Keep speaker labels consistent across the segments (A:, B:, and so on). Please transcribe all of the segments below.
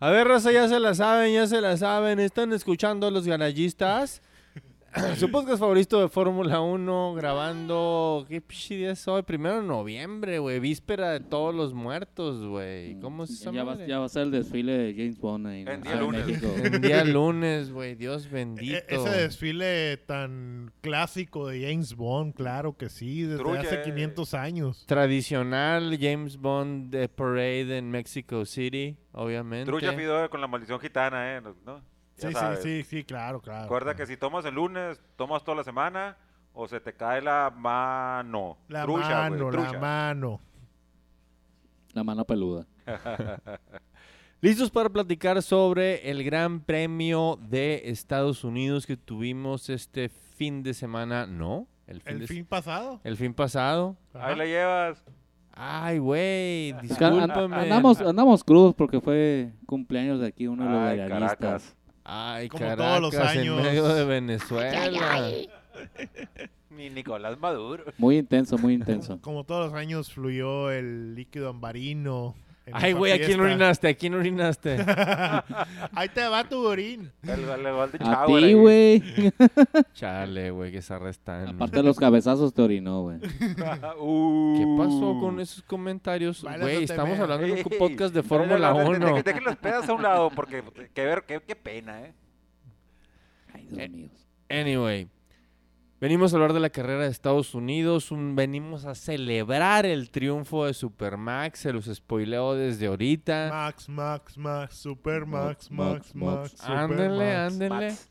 A: A ver, Raza, ya se la saben, ya se la saben. Están escuchando a los garallistas. Su podcast favorito de Fórmula 1, grabando. ¿Qué pinche día es hoy? Primero de noviembre, güey. Víspera de todos los muertos, güey. ¿Cómo se llama?
B: Ya va, ya va a ser el desfile de James Bond ahí en,
C: Mm. En día
B: Ciudad de
C: lunes.
B: México.
A: El día lunes, güey. Dios bendito.
D: E- ese desfile tan clásico de James Bond, claro que sí, desde
C: Trulla,
D: hace
C: eh.
D: 500 años.
A: Tradicional James Bond de Parade en Mexico City, obviamente.
C: Trucha pidió con la maldición gitana, ¿eh? No- ¿No? Ya
D: Sí,
C: sabes.
D: sí, sí, sí, claro, claro.
C: Recuerda que si tomas el lunes, tomas toda la semana o se te cae la mano.
D: La
C: Trucha, güey,
D: mano, la
C: trucha.
D: mano.
B: La mano peluda.
A: Listos para platicar sobre el Gran Premio de Estados Unidos que tuvimos este fin de semana, ¿no? El fin, de
D: El
A: se-
D: fin pasado.
A: el fin pasado.
C: Ahí la llevas.
A: Ay, güey,
B: Es que an- an-
A: discúlpame.
B: andamos, andamos crudos porque fue cumpleaños de aquí uno de los
C: Ay,
B: gallistas.
C: Caracas.
B: ah,
A: Ay,
D: Como
A: Caracas,
D: todos los
A: en
D: años.
A: medio de Venezuela.
C: Ni Nicolás Maduro.
B: Muy intenso, muy intenso.
D: Como todos los años fluyó el líquido ambarino. en
A: Ay,
D: esa
A: güey, ¿a quién
D: fiesta.
A: orinaste? ¿A quién orinaste?
D: Ahí te va tu orín.
C: El, el- el de
B: A
C: Chauer
B: ti,
C: ahí.
B: güey.
A: Chale, güey, que se arrestan.
B: Aparte de los cabezazos te orinó, güey.
C: Uh.
A: ¿Qué pasó con esos comentarios?
D: Baila
A: Güey,
D: no te
A: estamos
D: mea.
A: hablando de un
C: Ey,
A: podcast de
C: no, no,
A: Fórmula
C: no, no,
A: 1.
C: Dejen dejen los pedas a un lado porque que ver, qué, qué pena, ¿eh?
B: Ay, Dios
A: Eh,
B: mío.
A: Anyway, venimos a hablar de la carrera de Estados Unidos, un- venimos a celebrar el triunfo de Supermax, se los spoileo desde ahorita.
D: Max, Max, Max, Super Max,
B: Max,
D: Max,
B: Max.
D: Max, Super
A: Ándenle,
D: Max.
A: ándenle.
C: Max.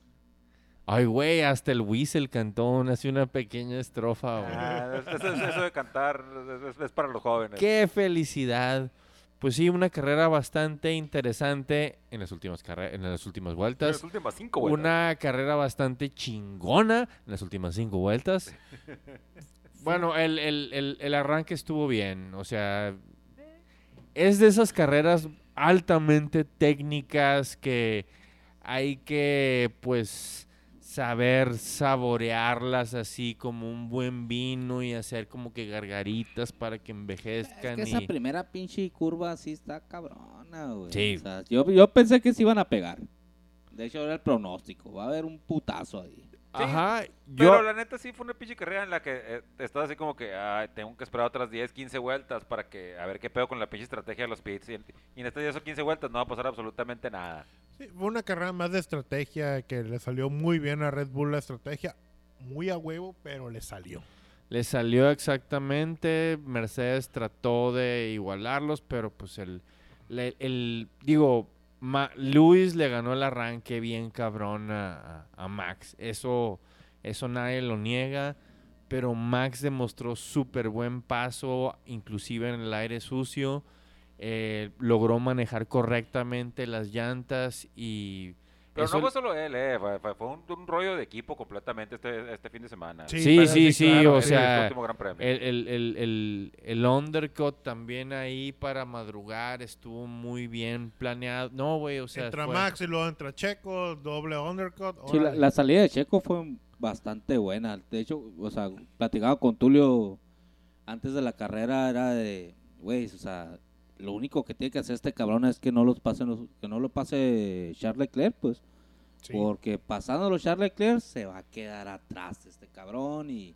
A: Ay, güey, hasta el Whistle cantó una, así una pequeña estrofa, güey.
C: Ah, es- es- es- eso de cantar es, es- es para los jóvenes.
A: ¡Qué felicidad! Pues sí, una carrera bastante interesante en las últimas, carre- en las últimas
C: En
A: vueltas.
C: las últimas cinco vueltas.
A: Una carrera bastante chingona en las últimas cinco vueltas. bueno, el, el- el- el arranque estuvo bien. O sea, es de esas carreras altamente técnicas que hay que, pues, saber saborearlas así como un buen vino y hacer como que gargaritas para que
B: Es
A: envejezcan.
B: que esa
A: y-
B: primera pinche curva sí está cabrona, güey.
A: Sí.
B: O sea, yo, yo pensé que se iban a pegar. De hecho, era el pronóstico. Va a haber un putazo ahí.
A: Ajá, yo...
C: Pero la neta sí fue una pinche carrera en la que eh, estás así como que "Ay, tengo que esperar otras 10, 15 vueltas para que a ver qué pedo con la pinche estrategia de los pits. Y, en- y en estas 10 o 15 vueltas no va a pasar absolutamente nada.
D: Sí, fue una carrera más de estrategia que le salió muy bien a Red Bull la estrategia. Muy a huevo, pero le salió.
A: Le salió exactamente. Mercedes trató de igualarlos, pero pues el. le- el- digo, Ma- Luis le ganó el arranque bien cabrón a, a- a Max. Eso, eso nadie lo niega. Pero Max demostró súper buen paso, inclusive en el aire sucio. Eh, logró manejar correctamente las llantas y.
C: Pero
A: eso-
C: no fue solo él, eh, fue, fue- fue un, un rollo de equipo completamente este, este fin de semana.
D: Sí,
A: sí,
D: pero
A: sí,
D: sí,
A: sí,
D: claro,
A: o
C: Ese es el
A: sea.
C: último gran premio.
A: El, el, el, el, el undercut también ahí para madrugar estuvo muy bien planeado. No, güey, o sea.
D: entra
A: fue-
D: Max y luego entra Checo, doble undercut.
B: Sí, la,
D: órale.
B: la salida de Checo fue bastante buena. De hecho, o sea, platicaba con Tulio antes de la carrera era de, güey, o sea, lo único que tiene que hacer este cabrón es que no los pasen los- que no lo pase Charles Leclerc, pues,
D: Sí.
B: porque pasándolo Charles Leclerc se va a quedar atrás este cabrón y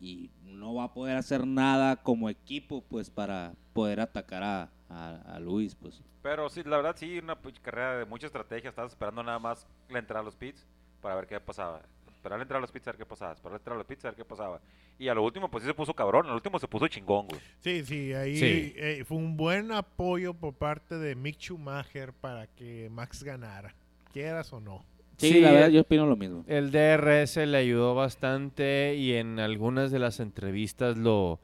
B: y no va a poder hacer nada como equipo, pues, para poder atacar a, a, a Luis, pues.
C: Pero sí, la verdad sí, una pinche carrera de mucha estrategia. Estabas esperando nada más la entrada a los pits para ver qué pasaba. Esperar la entrada a los pits a ver qué pasaba. Esperar la entrada a los pits a ver qué pasaba. Y a lo último, pues sí se puso cabrón. Al último se puso chingón, güey.
D: Sí, sí, ahí
A: Sí.
D: eh, fue un buen apoyo por parte de Mick Schumacher para que Max ganara, quieras o no.
B: Sí,
A: Sí,
B: la verdad
A: eh.
B: yo opino lo mismo.
A: El DRS le ayudó bastante y en algunas de las entrevistas lo,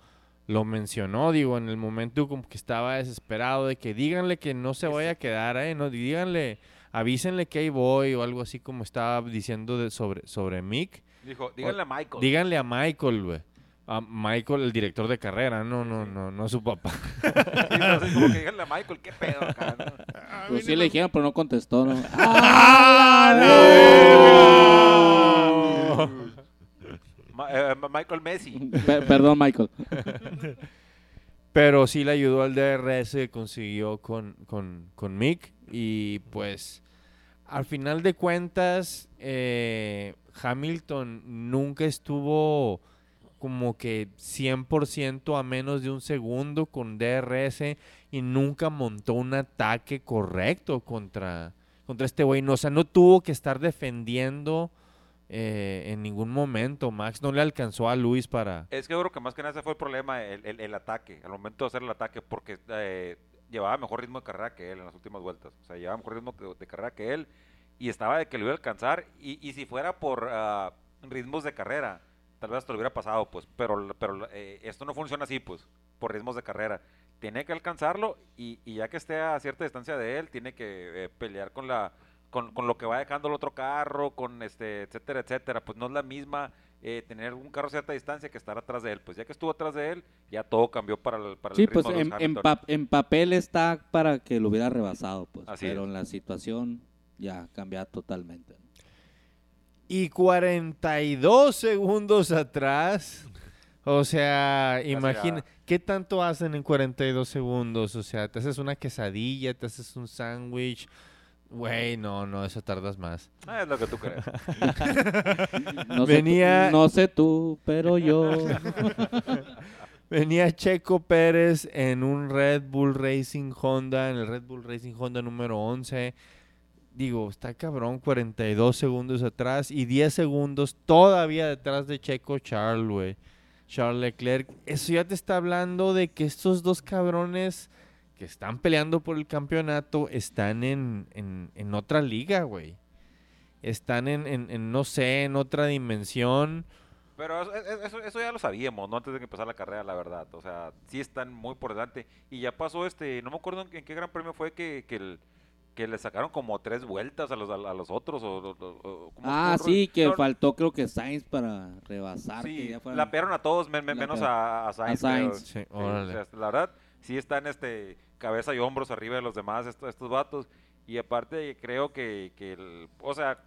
A: lo mencionó. Digo, en el momento como que estaba desesperado de que díganle que no se vaya a quedar, ¿eh? No, díganle, avísenle que ahí voy o algo así como estaba diciendo de- sobre, sobre Mick.
C: Dijo, díganle a Michael.
A: Díganle a Michael, güey. A Michael, el director de carrera, no, no, no, no a su papá.
C: Sí, entonces, como que díganle a Michael, qué pedo acá, ¿no?
A: Ah,
D: A
B: Pues
D: mí
B: sí le
D: no me- Ah,
B: dijeron, pero no contestó, ¿no?
C: Ma- eh, Ma- Michael Messi.
B: Pe- perdón, Michael.
A: Pero sí le ayudó al DRS que consiguió con, con, con Mick. Y pues, al final de cuentas, eh, Hamilton nunca estuvo como que 100% a menos de un segundo con DRS y nunca montó un ataque correcto contra, contra este güey. No, o sea, no tuvo que estar defendiendo eh, en ningún momento. Max no le alcanzó a Luis para...
C: Es que yo creo que más que nada ese fue el problema, el, el- el ataque, al momento de hacer el ataque, porque eh, llevaba mejor ritmo de carrera que él en las últimas vueltas. O sea, llevaba mejor ritmo de, de carrera que él y estaba de que lo iba a alcanzar. Y, y si fuera por ah, ritmos de carrera, tal vez hasta lo hubiera pasado, pues. Pero, pero eh, esto no funciona así, pues, por ritmos de carrera. Tiene que alcanzarlo y, y ya que esté a cierta distancia de él, tiene que eh, pelear con la con, con lo que va dejando el otro carro, con este, etcétera, etcétera. Pues no es la misma eh, tener un carro a cierta distancia que estar atrás de él. Pues ya que estuvo atrás de él, ya todo cambió para el, para el
B: Sí,
C: ritmo
B: pues
C: de los
B: en, en
C: Hamilton.
B: pa- en papel está para que lo hubiera rebasado, pues.
C: Así
B: pero
C: es.
B: en la situación ya cambia totalmente. ¿no?
A: Y 42 segundos atrás. O sea, imagina,
C: nada.
A: ¿qué tanto hacen en 42 segundos? O sea, te haces una quesadilla, te haces un sándwich. Güey, no, no, eso tardas más.
C: Ah, es lo que tú crees.
B: No
A: Venía-
B: Sé tú, no sé tú, pero yo.
A: Venía Checo Pérez en un Red Bull Racing Honda, en el Red Bull Racing Honda número 11. Digo, está cabrón, 42 segundos atrás y 10 segundos todavía detrás de Checo Charles, güey. Charles Leclerc. Eso ya te está hablando de que estos dos cabrones que están peleando por el campeonato están en, en- en otra liga, güey. Están en, en- en, no sé, en otra dimensión.
C: Pero eso, es- eso- eso ya lo sabíamos, ¿no? Antes de que empezara la carrera, la verdad. O sea, sí están muy por delante. Y ya pasó este, no me acuerdo en, en qué gran premio fue que, que, el- que le sacaron como tres vueltas a los, a, a los otros. O, o- o- o- ¿cómo
B: ah,
C: estuvo?
B: sí, que
C: No,
B: faltó creo que Sainz para rebasar. que
C: Sí,
B: ya fueran-
C: la pearon a todos, men- men-
B: La
C: menos
B: peor.
C: a, a Sainz. creo.
B: Sainz.
A: Sí,
C: Sí, o
A: órale.
C: sea, la verdad, sí están este, cabeza y hombros arriba de los demás esto- estos vatos. Y aparte creo que, que el- o sea,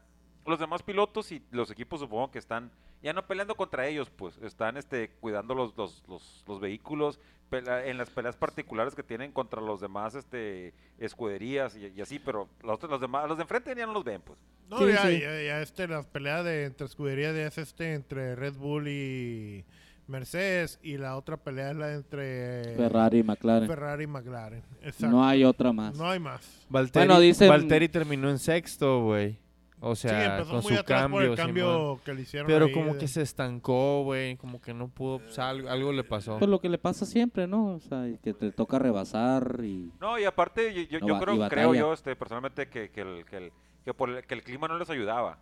C: los demás pilotos y los equipos supongo que están ya no peleando contra ellos, pues están este, cuidando los, los, los, los vehículos pela- en las peleas particulares que tienen contra los demás este, escuderías y, y así, pero los, otros- los demás, los de enfrente ya no los ven, pues.
D: No,
B: Sí,
D: ya,
B: sí.
D: ya- ya, este, las peleas de entre escuderías ya es este entre Red Bull y Mercedes y la otra pelea es la entre
B: Ferrari y McLaren.
D: Ferrari y McLaren. Exacto.
B: No
D: No
B: hay otra más.
D: hay, más.
A: Valtteri,
B: Bueno, dicen-
A: Valtteri terminó en sexto, güey. O
D: sí,
A: sea,
D: empezó
A: con
D: muy
A: su
D: atrás por
A: cambio.
D: el cambio
A: Simón.
D: que le hicieron.
A: Pero
D: ahí
A: como
D: de-
A: que se estancó, güey. Como que no pudo. o sea, algo, algo le pasó.
B: Pues lo que le pasa siempre, ¿no? O sea, que te toca rebasar y.
C: No, y aparte, yo, yo-
B: No
C: yo
B: va- y
C: creo, creo
B: batalla.
C: yo este, personalmente que, que el, que, el, que por el, que el clima no les ayudaba.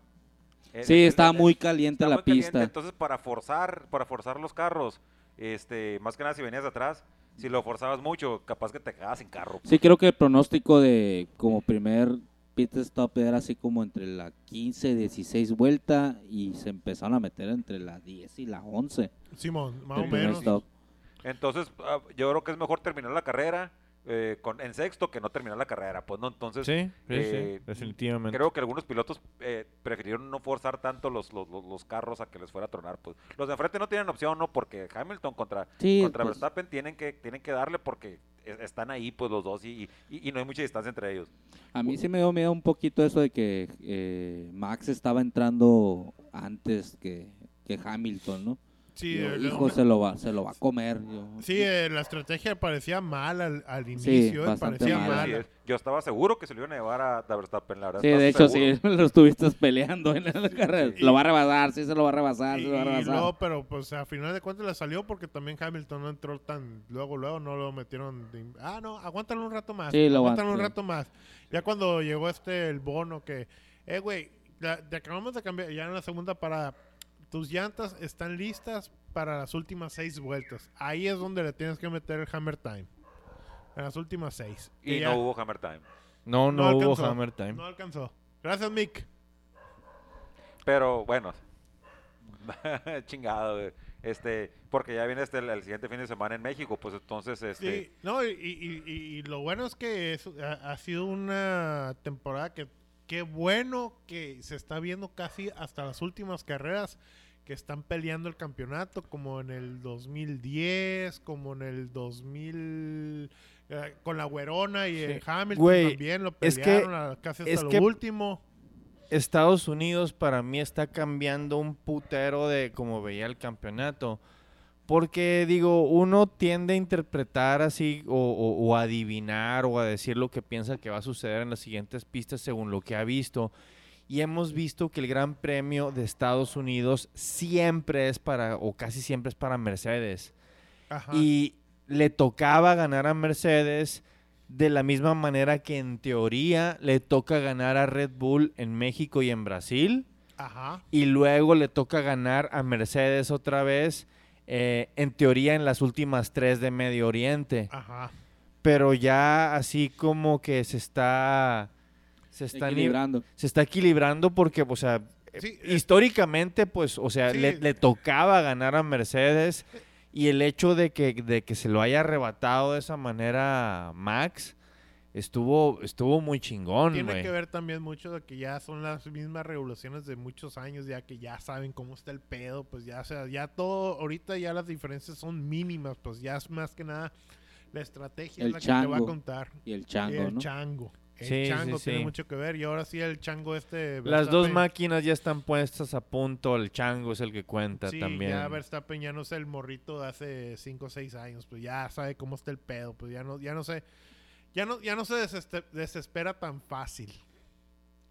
C: El-
B: Sí,
C: el-
B: estaba
C: el-
B: muy caliente
C: Eh, está
B: la
C: muy caliente,
B: pista.
C: entonces, para forzar, para forzar los carros, este, más que nada si venías de atrás, si lo forzabas mucho, capaz que te quedabas sin carro.
B: Sí, creo que el pronóstico de como primer pit stop era así como entre la 15, 16 vuelta y se empezaron a meter entre la 10 y la 11.
D: Simón, más
B: del
A: pues,
D: o
B: primer
D: menos.
B: stop.
C: Entonces, ah, yo creo que es mejor terminar la carrera eh, con, en sexto que no terminar la carrera. Pues no, entonces,
A: Sí, sí,
C: eh,
A: sí. Definitivamente.
C: Creo que algunos pilotos eh, prefirieron no forzar tanto los, los, los- los carros a que les fuera a tronar. Pues. Los de enfrente no tienen opción, ¿no? Porque Hamilton contra,
B: Sí,
C: contra
B: pues.
C: Verstappen tienen que, tienen que darle porque es- están ahí pues los dos y, y- y no hay mucha distancia entre ellos.
B: A mí sí me dio miedo un poquito eso de que eh, Max estaba entrando antes que, que Hamilton, ¿no?
D: Sí,
B: Digo,
D: el-
B: hijo, se lo, va, se lo va a comer. yo.
D: sí, eh, la estrategia parecía mal al, al
B: Sí,
D: inicio. eh,
B: bastante
D: parecía
B: mal.
D: mala.
C: Así es. Yo estaba seguro que se lo iban a llevar a, a Verstappen, la verdad.
B: Sí,
C: estaba
B: de hecho,
C: seguro.
B: sí, lo estuviste peleando en la carrera.
D: eh. sí.
B: Lo va a rebasar, sí, se lo va a rebasar,
D: Y,
B: se lo va a
D: y
B: rebasar.
D: luego, pero pues a final de cuentas le salió porque también Hamilton no entró tan luego, luego no lo metieron. de- ah, no, aguántalo un rato más.
B: Sí, lo
D: aguántalo un
B: aguanté.
D: rato más. Ya cuando llegó este el bono que, eh, güey, la- te acabamos de cambiar ya en la segunda parada. Tus llantas están listas para las últimas seis vueltas. Ahí es donde le tienes que meter el hammer time. En las últimas seis.
C: Y
D: ya
C: no hubo Hammer Time.
A: No, no,
D: no
A: hubo
D: alcanzó.
A: Hammer Time.
D: no alcanzó. Gracias, Mick.
C: Pero bueno, chingado. güey. Este, porque ya viene este, el, el siguiente fin de semana en México, pues entonces este,
D: Sí, no, y, y- y- y lo bueno es que es- ha, ha sido una temporada que qué bueno que se está viendo casi hasta las últimas carreras que están peleando el campeonato, como en el 2010, como en el 2000, eh, con la Güerona y
A: Sí.
D: en Hamilton
A: Güey,
D: también lo
A: es que-
D: pelearon a- casi hasta
A: es
D: lo
A: que-
D: último.
A: Estados Unidos para mí está cambiando un putero de como veía el campeonato. Porque digo, uno tiende a interpretar así o, o- o adivinar o a decir lo que piensa que va a suceder en las siguientes pistas según lo que ha visto. Y hemos visto que el Gran Premio de Estados Unidos siempre es para, o casi siempre es para Mercedes
D: Ajá.
A: y le tocaba ganar a Mercedes de la misma manera que en teoría le toca ganar a Red Bull en México y en Brasil
D: Ajá.
A: y luego le toca ganar a Mercedes otra vez eh, en teoría en las últimas tres de Medio Oriente
D: Ajá.
A: pero ya así como que se está se
D: pues,
A: está ni-
B: equilibrando.
A: se está equilibrando porque o sea
D: Sí, es-
A: históricamente, pues, o sea,
D: Sí.
A: le, le tocaba ganar a Mercedes y el hecho de que, de que se lo haya arrebatado de esa manera Max estuvo, estuvo muy chingón,
D: Tiene
A: güey.
D: que ver también mucho de que ya son las mismas regulaciones de muchos años, ya que ya saben cómo está el pedo, pues ya, o sea, ya todo, ahorita ya las diferencias son mínimas, pues ya es más que nada la estrategia
B: El
D: es la que te va
B: chango.
D: a contar.
B: Y el
D: Y
B: chango,
D: el
B: ¿no?
D: chango. El
A: Sí, sí,
D: chango tiene
A: sí.
D: mucho que ver y ahora sí el chango este...
A: Las dos
D: Verstappen,
A: máquinas ya están puestas a punto, el chango es el que cuenta
D: Sí,
A: también.
D: ya Verstappen ya no es el morrito de hace 5 o 6 años, pues ya sabe cómo está el pedo, pues ya no, ya no sé, ya no, ya no se deseste- desespera tan fácil,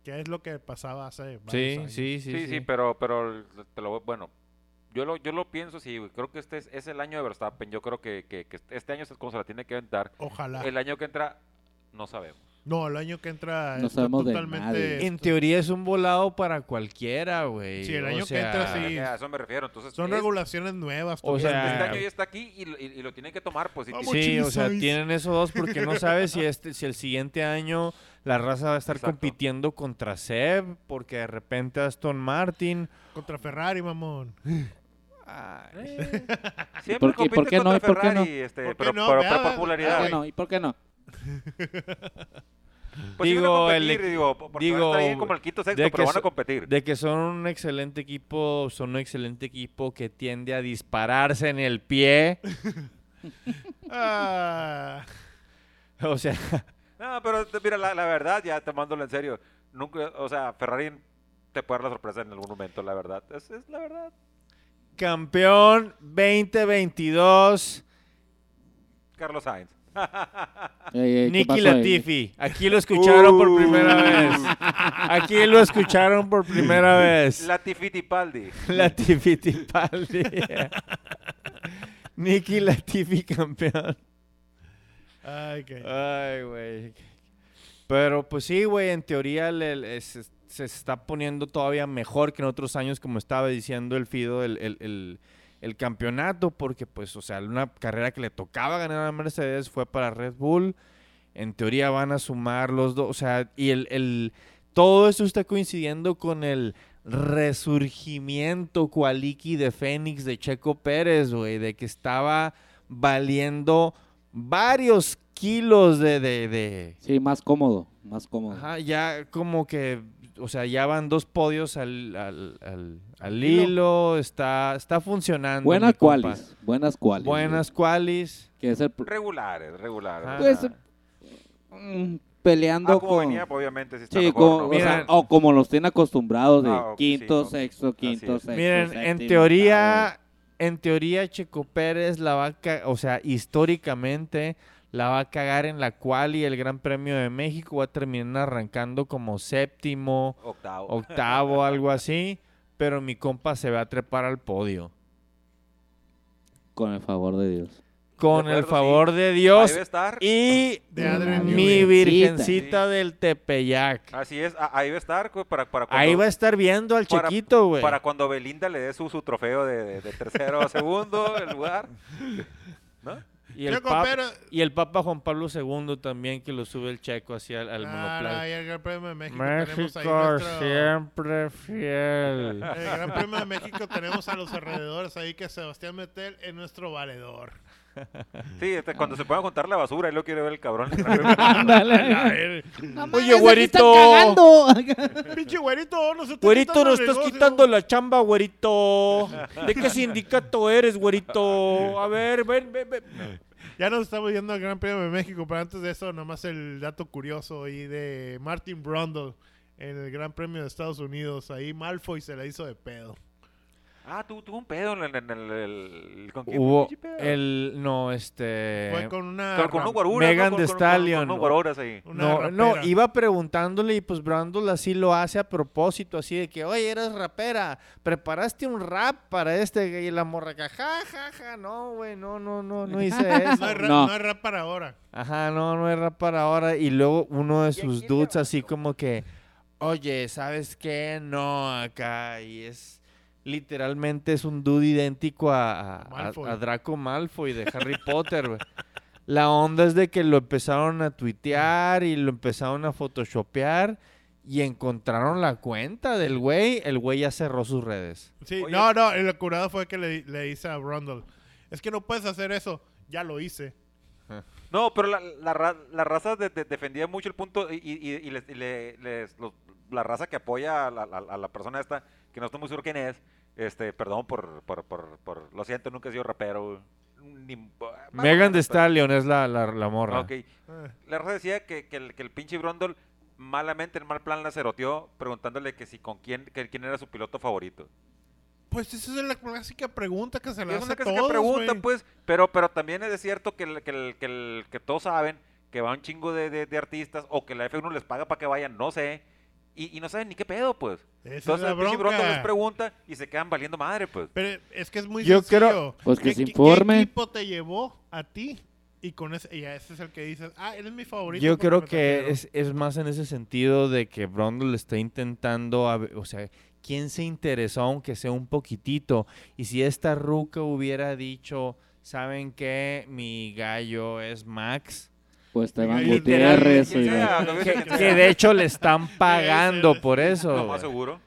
D: que es lo que pasaba hace varios
A: sí,
D: años.
A: sí, sí,
C: Sí, sí,
A: sí.
C: pero, pero el- te lo, voy- bueno, yo lo, yo lo pienso, sí, güey, creo que este es, es el año de Verstappen, yo creo que, que- que este año es como se la tiene que aventar.
D: Ojalá.
C: El año que entra, no sabemos.
D: No, el año que entra
B: No
D: está
B: sabemos de
D: totalmente...
B: nadie.
A: En teoría es un volado para cualquiera, güey.
D: Sí, el
A: o
D: año que
A: sea,
D: entra, sí.
C: A eso me refiero, entonces...
D: son
C: es-
D: regulaciones nuevas.
A: O
C: este,
A: sea,
D: totalmente.
C: este año ya está aquí y, lo- y- y lo tienen que tomar, pues. y-
D: Vamos,
A: Sí, o sea,
D: Muchísimas.
A: tienen esos dos porque no sabes si este, si el siguiente año la raza va a estar
C: Exacto.
A: compitiendo contra Seb, porque de repente Aston Martin.
D: contra Ferrari, mamón.
C: Siempre
B: ¿Por qué-
C: compiten
B: por qué no?
C: contra
B: ¿Y por qué no?
C: Ferrari, este,
D: ¿Por qué
C: pero,
D: no?
C: pero-
D: Vea,
C: pero
D: vea,
B: Ah,
C: popularidad.
D: güey.
B: bueno, ¿y por qué no?
C: Pues sí van a
A: Digo,
C: competir,
A: el-
C: digo, po- porque van a
A: digo,
C: estar ahí como el quinto sexto,
A: de
C: pero
A: que
C: van a
A: so-
C: competir.
A: De que son un excelente equipo, son un excelente equipo que tiende a dispararse en el pie.
D: Ah,
A: O sea,
C: No, pero te- mira, la, la verdad, ya tomándolo en serio, nunca, o sea, Ferrari te puede dar la sorpresa en algún momento, la verdad. Es, es la verdad.
A: campeón 2022,
C: Carlos Sainz.
B: Ey, ey, Eh, ¿qué
A: Nicky
B: pasó ahí?
A: Latifi. Aquí lo escucharon por primera
C: Uh.
A: vez. Aquí lo escucharon por primera vez.
C: Latifi Tipaldi.
A: Latifi Tipaldi. Nicky Latifi campeón.
D: ay, que-
A: Ay, güey. Pero pues sí, güey, en teoría le- le- se, se está poniendo todavía mejor que en otros años, como estaba diciendo el Fido, el, el- el- el campeonato, porque pues, o sea, una carrera que le tocaba ganar a Mercedes fue para Red Bull. En teoría van a sumar los dos, o sea, y el, el- todo eso está coincidiendo con el resurgimiento cualiqui de Fénix de Checo Pérez, güey, de que estaba valiendo varios kilos de, de, de-
B: Sí, más cómodo, más cómodo.
A: Ajá, ya como que, o sea, ya van dos podios al, al, al- al
D: Hilo.
A: hilo, está, está funcionando. mi
B: Buenas
A: compa.
B: cualis, buenas cualis. güey.
A: Buenas Ah. cualis.
B: Que es el... pr-
C: Regulares, regulares.
A: Ajá.
B: Pues, mm, peleando
C: Ah, como
B: con...
C: venía, pues, obviamente, sí está
B: Sí,
C: mejor,
B: como,
C: ¿no?
B: o,
A: Mira,
B: sea,
A: Miren.
B: o como los tienen acostumbrados de
C: Ah, ok,
B: quinto,
C: sí, ok.
B: sexto,
C: Así
B: quinto,
C: es.
B: sexto.
A: Miren, en
B: séptimo,
A: teoría, en teoría Checo Pérez la va a ca- o sea, históricamente la va a cagar en la quali el Gran Premio de México, va a terminar arrancando como séptimo,
C: Octavo.
A: octavo, algo así, pero mi compa se va a trepar al podio.
B: octavo, Con el favor de Dios.
A: Con
C: acuerdo,
A: el
C: sí.
A: favor de
C: Ahí
A: Dios
C: va a estar.
A: y
D: De Adrian
A: mi
D: Newey.
A: virgencita
C: Sí.
A: del Tepeyac.
C: Así es, a- ahí va a estar, güey, para, para cuando...
A: Ahí va a estar viendo al
C: para-
A: chiquito, güey.
C: Para cuando Belinda le dé su, su trofeo de, de- de tercero a segundo, el lugar. ¿No?
A: Y el,
D: Checo
A: pap-
D: Pérez-
A: y el Papa Juan Pablo II también que lo sube el checo hacia el al
D: Ah, no,
A: monoplaza.
D: y el Gran Premio de México. tenemos
A: México
D: ahí nuestro-
A: siempre fiel.
D: El Gran Premio de México tenemos a los alrededores ahí que Sebastián Metel es nuestro valedor.
C: Sí, este, cuando se pueda juntar la basura, él lo quiere ver el cabrón.
B: Ándale.
A: Oye, güerito.
D: Pinche güerito, no se está
A: Güerito,
D: quitando
A: nos
D: el
A: estás
D: negocio.
A: quitando la chamba, güerito. ¿De qué sindicato eres, güerito? A ver, ven, ven, ven.
D: Ya nos estamos yendo al Gran Premio de México, pero antes de eso, nomás el dato curioso ahí de Martin Brundle en el Gran Premio de Estados Unidos. Ahí Malfoy se la hizo de pedo.
C: ah, tú tuvo un pedo en, el- en el, el- ¿Con quién?
A: Hubo
C: Pinche pedo.
A: el, no, este...
D: Fue con una.
C: Con, con
D: ram-
C: unos guaruras, ¿no?
A: Megan
C: Con-
A: Thee
C: con- con-
A: Stallion,
C: Con unos
A: ¿no?
C: guaruras ahí.
D: una
A: No, no,
D: rapera.
A: iba preguntándole y pues Brandol así lo hace a propósito, así de que, oye, eres rapera, preparaste un rap para este y la morra, que, ja, ja, ja, no, güey, no, no, no, no hice
D: No
A: eso.
D: hay, rap,
B: No.
D: no hay rap para ahora.
A: Ajá, no, no es rap para ahora. Y luego uno de sus dudes así como que, oye, ¿sabes qué? No, acá. Y es, literalmente es un dude idéntico a, a- a-
D: Malfoy.
A: a Draco Malfoy de Harry Potter, güey. La onda es de que lo empezaron a tuitear y lo empezaron a photoshopear y encontraron la cuenta del güey. El güey ya cerró sus redes.
D: Sí,
C: Oye.
D: no, no, el curado fue que le, le hice a Brundle. Es que no puedes hacer eso. Ya lo hice.
C: No, pero la, la, ra- la raza de- de- defendía mucho el punto y, y- y- y les- y le- les- los- la raza que apoya a la, a- a la persona esta, que no estoy muy seguro quién es, este, perdón por, por, por, por- lo siento, nunca he sido rapero. ni-
A: Megan Thee Stallion es la, la, la morra.
C: Ok.
D: Ah.
C: La raza decía que, que el, que el pinche Brondol malamente, en mal plan, la ceroteó preguntándole que si con quién, que quién era su piloto favorito.
D: Pues esa es la clásica pregunta que se le
C: Es
D: hace
C: una
D: a
C: clásica
D: todos,
C: pregunta,
D: güey.
C: pues, pero, pero también es cierto que, el- que, el- que, el- que todos saben que va un chingo de, de- de artistas o que la F1 les paga para que vayan, no sé, y, y no saben ni qué pedo, pues.
D: Esa es
C: Entonces
D: la
C: el pinche
D: bronca.
C: Brondo les pregunta y se quedan valiendo madre, pues.
D: Pero es que es muy
A: Yo
D: sencillo.
A: creo-
B: Pues que
D: ¿Qué-
B: se
D: qué-
B: informe.
D: ¿Qué equipo te llevó a ti? Y con ese, y ese es el que dices, ah, él es mi favorito.
A: Yo
D: porque
A: creo
D: me
A: que
D: trajeron".
A: es, es más en ese sentido de que Brundle está intentando, a ve- o sea, quién se interesó aunque sea un poquitito. Y si esta ruca hubiera dicho, ¿saben qué? Mi gallo es Max.
B: Pues te van
D: Ahí es literal,
B: Gutiérrez,
C: quien
B: oiga.
C: sea, lo que
A: Que,
C: sea quien
A: que
C: sea.
A: de hecho le están
D: sí,
A: pagando por
C: Lo
A: eso.
C: más
A: güey.
C: seguro.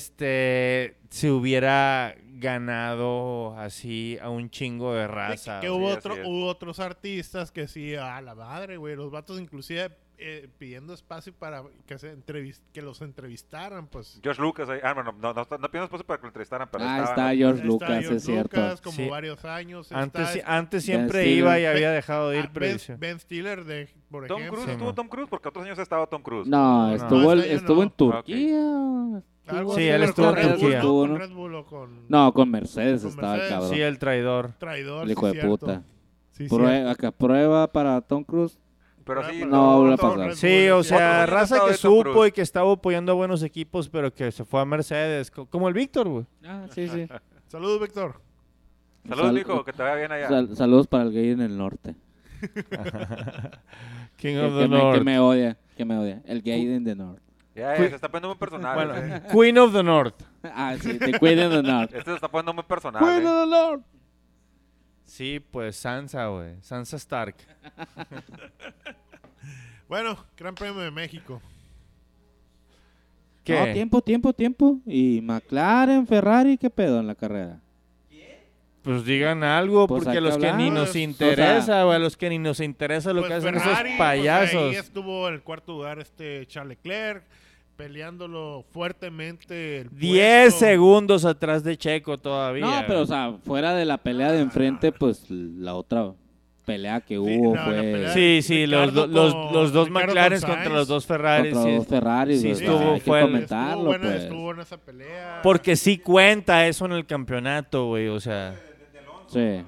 A: Este, se hubiera ganado así a un chingo de
D: Sí,
A: raza.
D: Que,
A: güey.
D: hubo,
C: así
D: otro-
C: es.
D: hubo otros artistas que sí, a la madre, güey. Los vatos inclusive eh, pidiendo espacio para que, se entrevis- que los entrevistaran, pues.
C: George Lucas, ahí- ah, bueno, no, no, no, no pienso después para que lo entrevistaran, pero
B: Ah,
C: estaba-
B: está George
D: Está
B: Lucas,
D: George
B: es cierto.
D: Lucas, como
A: Sí.
D: varios años.
A: Antes,
D: está-
A: sí- antes
B: Ben
A: siempre iba y
B: Stiller.
A: había dejado de ir,
D: ah,
A: pero
D: ben,
A: dice-
D: Ben Stiller, de, por
C: Tom
D: ejemplo.
C: Cruise,
A: Sí,
C: estuvo
A: man.
C: Tom Cruise, porque otros años ha estado Tom Cruise.
B: No,
A: No,
B: estuvo, el-
D: ese año
B: estuvo
D: no.
B: en Turquía.
D: Algo
A: Sí,
D: así,
A: él
D: pero
A: estuvo
D: con
A: en
D: Red Bull,
A: Turquía.
D: ¿no?
B: Estuvo,
D: Con
B: ¿no?
D: Red Bull o con
B: No, con Mercedes
D: Con
B: estaba
D: Mercedes.
B: el cabrón.
A: Sí, el traidor.
D: Traidor.
B: el
D: sí,
B: hijo de
D: cierto.
B: puta.
D: Sí,
B: Prue- acá, prueba para Tom Cruise.
C: Pero sí,
B: No,
C: otro-
B: la
C: otro-
B: pasada.
A: Sí,
D: eh,
A: o sea,
C: Otro
A: raza
C: resultado
A: que
C: de Tom
A: supo
C: Cruise.
A: y que estaba apoyando a buenos equipos, pero que se fue a Mercedes, co- como el Víctor, güey.
B: Ah, sí, sí.
D: cierto. Saludos, Víctor.
C: Saludos,
B: Sal-
C: mijo, que te vaya bien allá.
B: Sal- saludos para el gay en el norte.
A: King
B: Que,
A: of
B: que
A: the
B: me, que
A: North.
B: me odia, que me odia. El gay en el norte.
C: Ya, ya,
A: Fui-
C: se está poniendo muy personal.
A: Bueno,
C: eh.
A: Queen of the North.
B: Ah, sí, te cuiden del norte.
C: Este se está poniendo muy personal.
B: Queen
C: eh.
B: of the North.
A: Sí, pues Sansa, güey. Sansa Stark.
D: Bueno, Gran Premio de México.
A: ¿Qué?
B: No, tiempo, tiempo, tiempo. Y McLaren, Ferrari, ¿qué pedo en la carrera?
A: Pues digan algo,
B: Pues hay
A: porque a
B: que
A: los que
B: hablar.
A: ni
D: O
A: nos
D: sea-
A: interesa, güey, a los que ni nos interesa lo
D: Pues
A: que hacen
D: Ferrari,
A: esos
D: pues,
A: payasos.
D: ahí estuvo el cuarto lugar este Charles Leclerc peleándolo fuertemente. el
A: 10
D: puesto.
A: segundos atrás de Checo todavía.
B: No, pero
A: güey.
B: o sea, fuera de la pelea de
A: Ah.
B: enfrente, pues la otra pelea que hubo
D: la- la pelea
B: fue
A: Sí,
D: de
A: sí, los,
D: Ricardo
A: do- los,
D: con-
A: los dos
D: Ricardo con
A: McLaren
D: Sainz.
A: contra los dos Ferraris.
B: contra
A: sí.
B: dos Ferraris.
A: sí,
B: o sea,
A: estuvo-
B: hay que
A: fue el-
B: comentarlo,
D: estuvo buena,
B: pues.
D: estuvo en esa pelea.
A: Porque sí cuenta eso en el campeonato, güey, o sea.
B: Sí.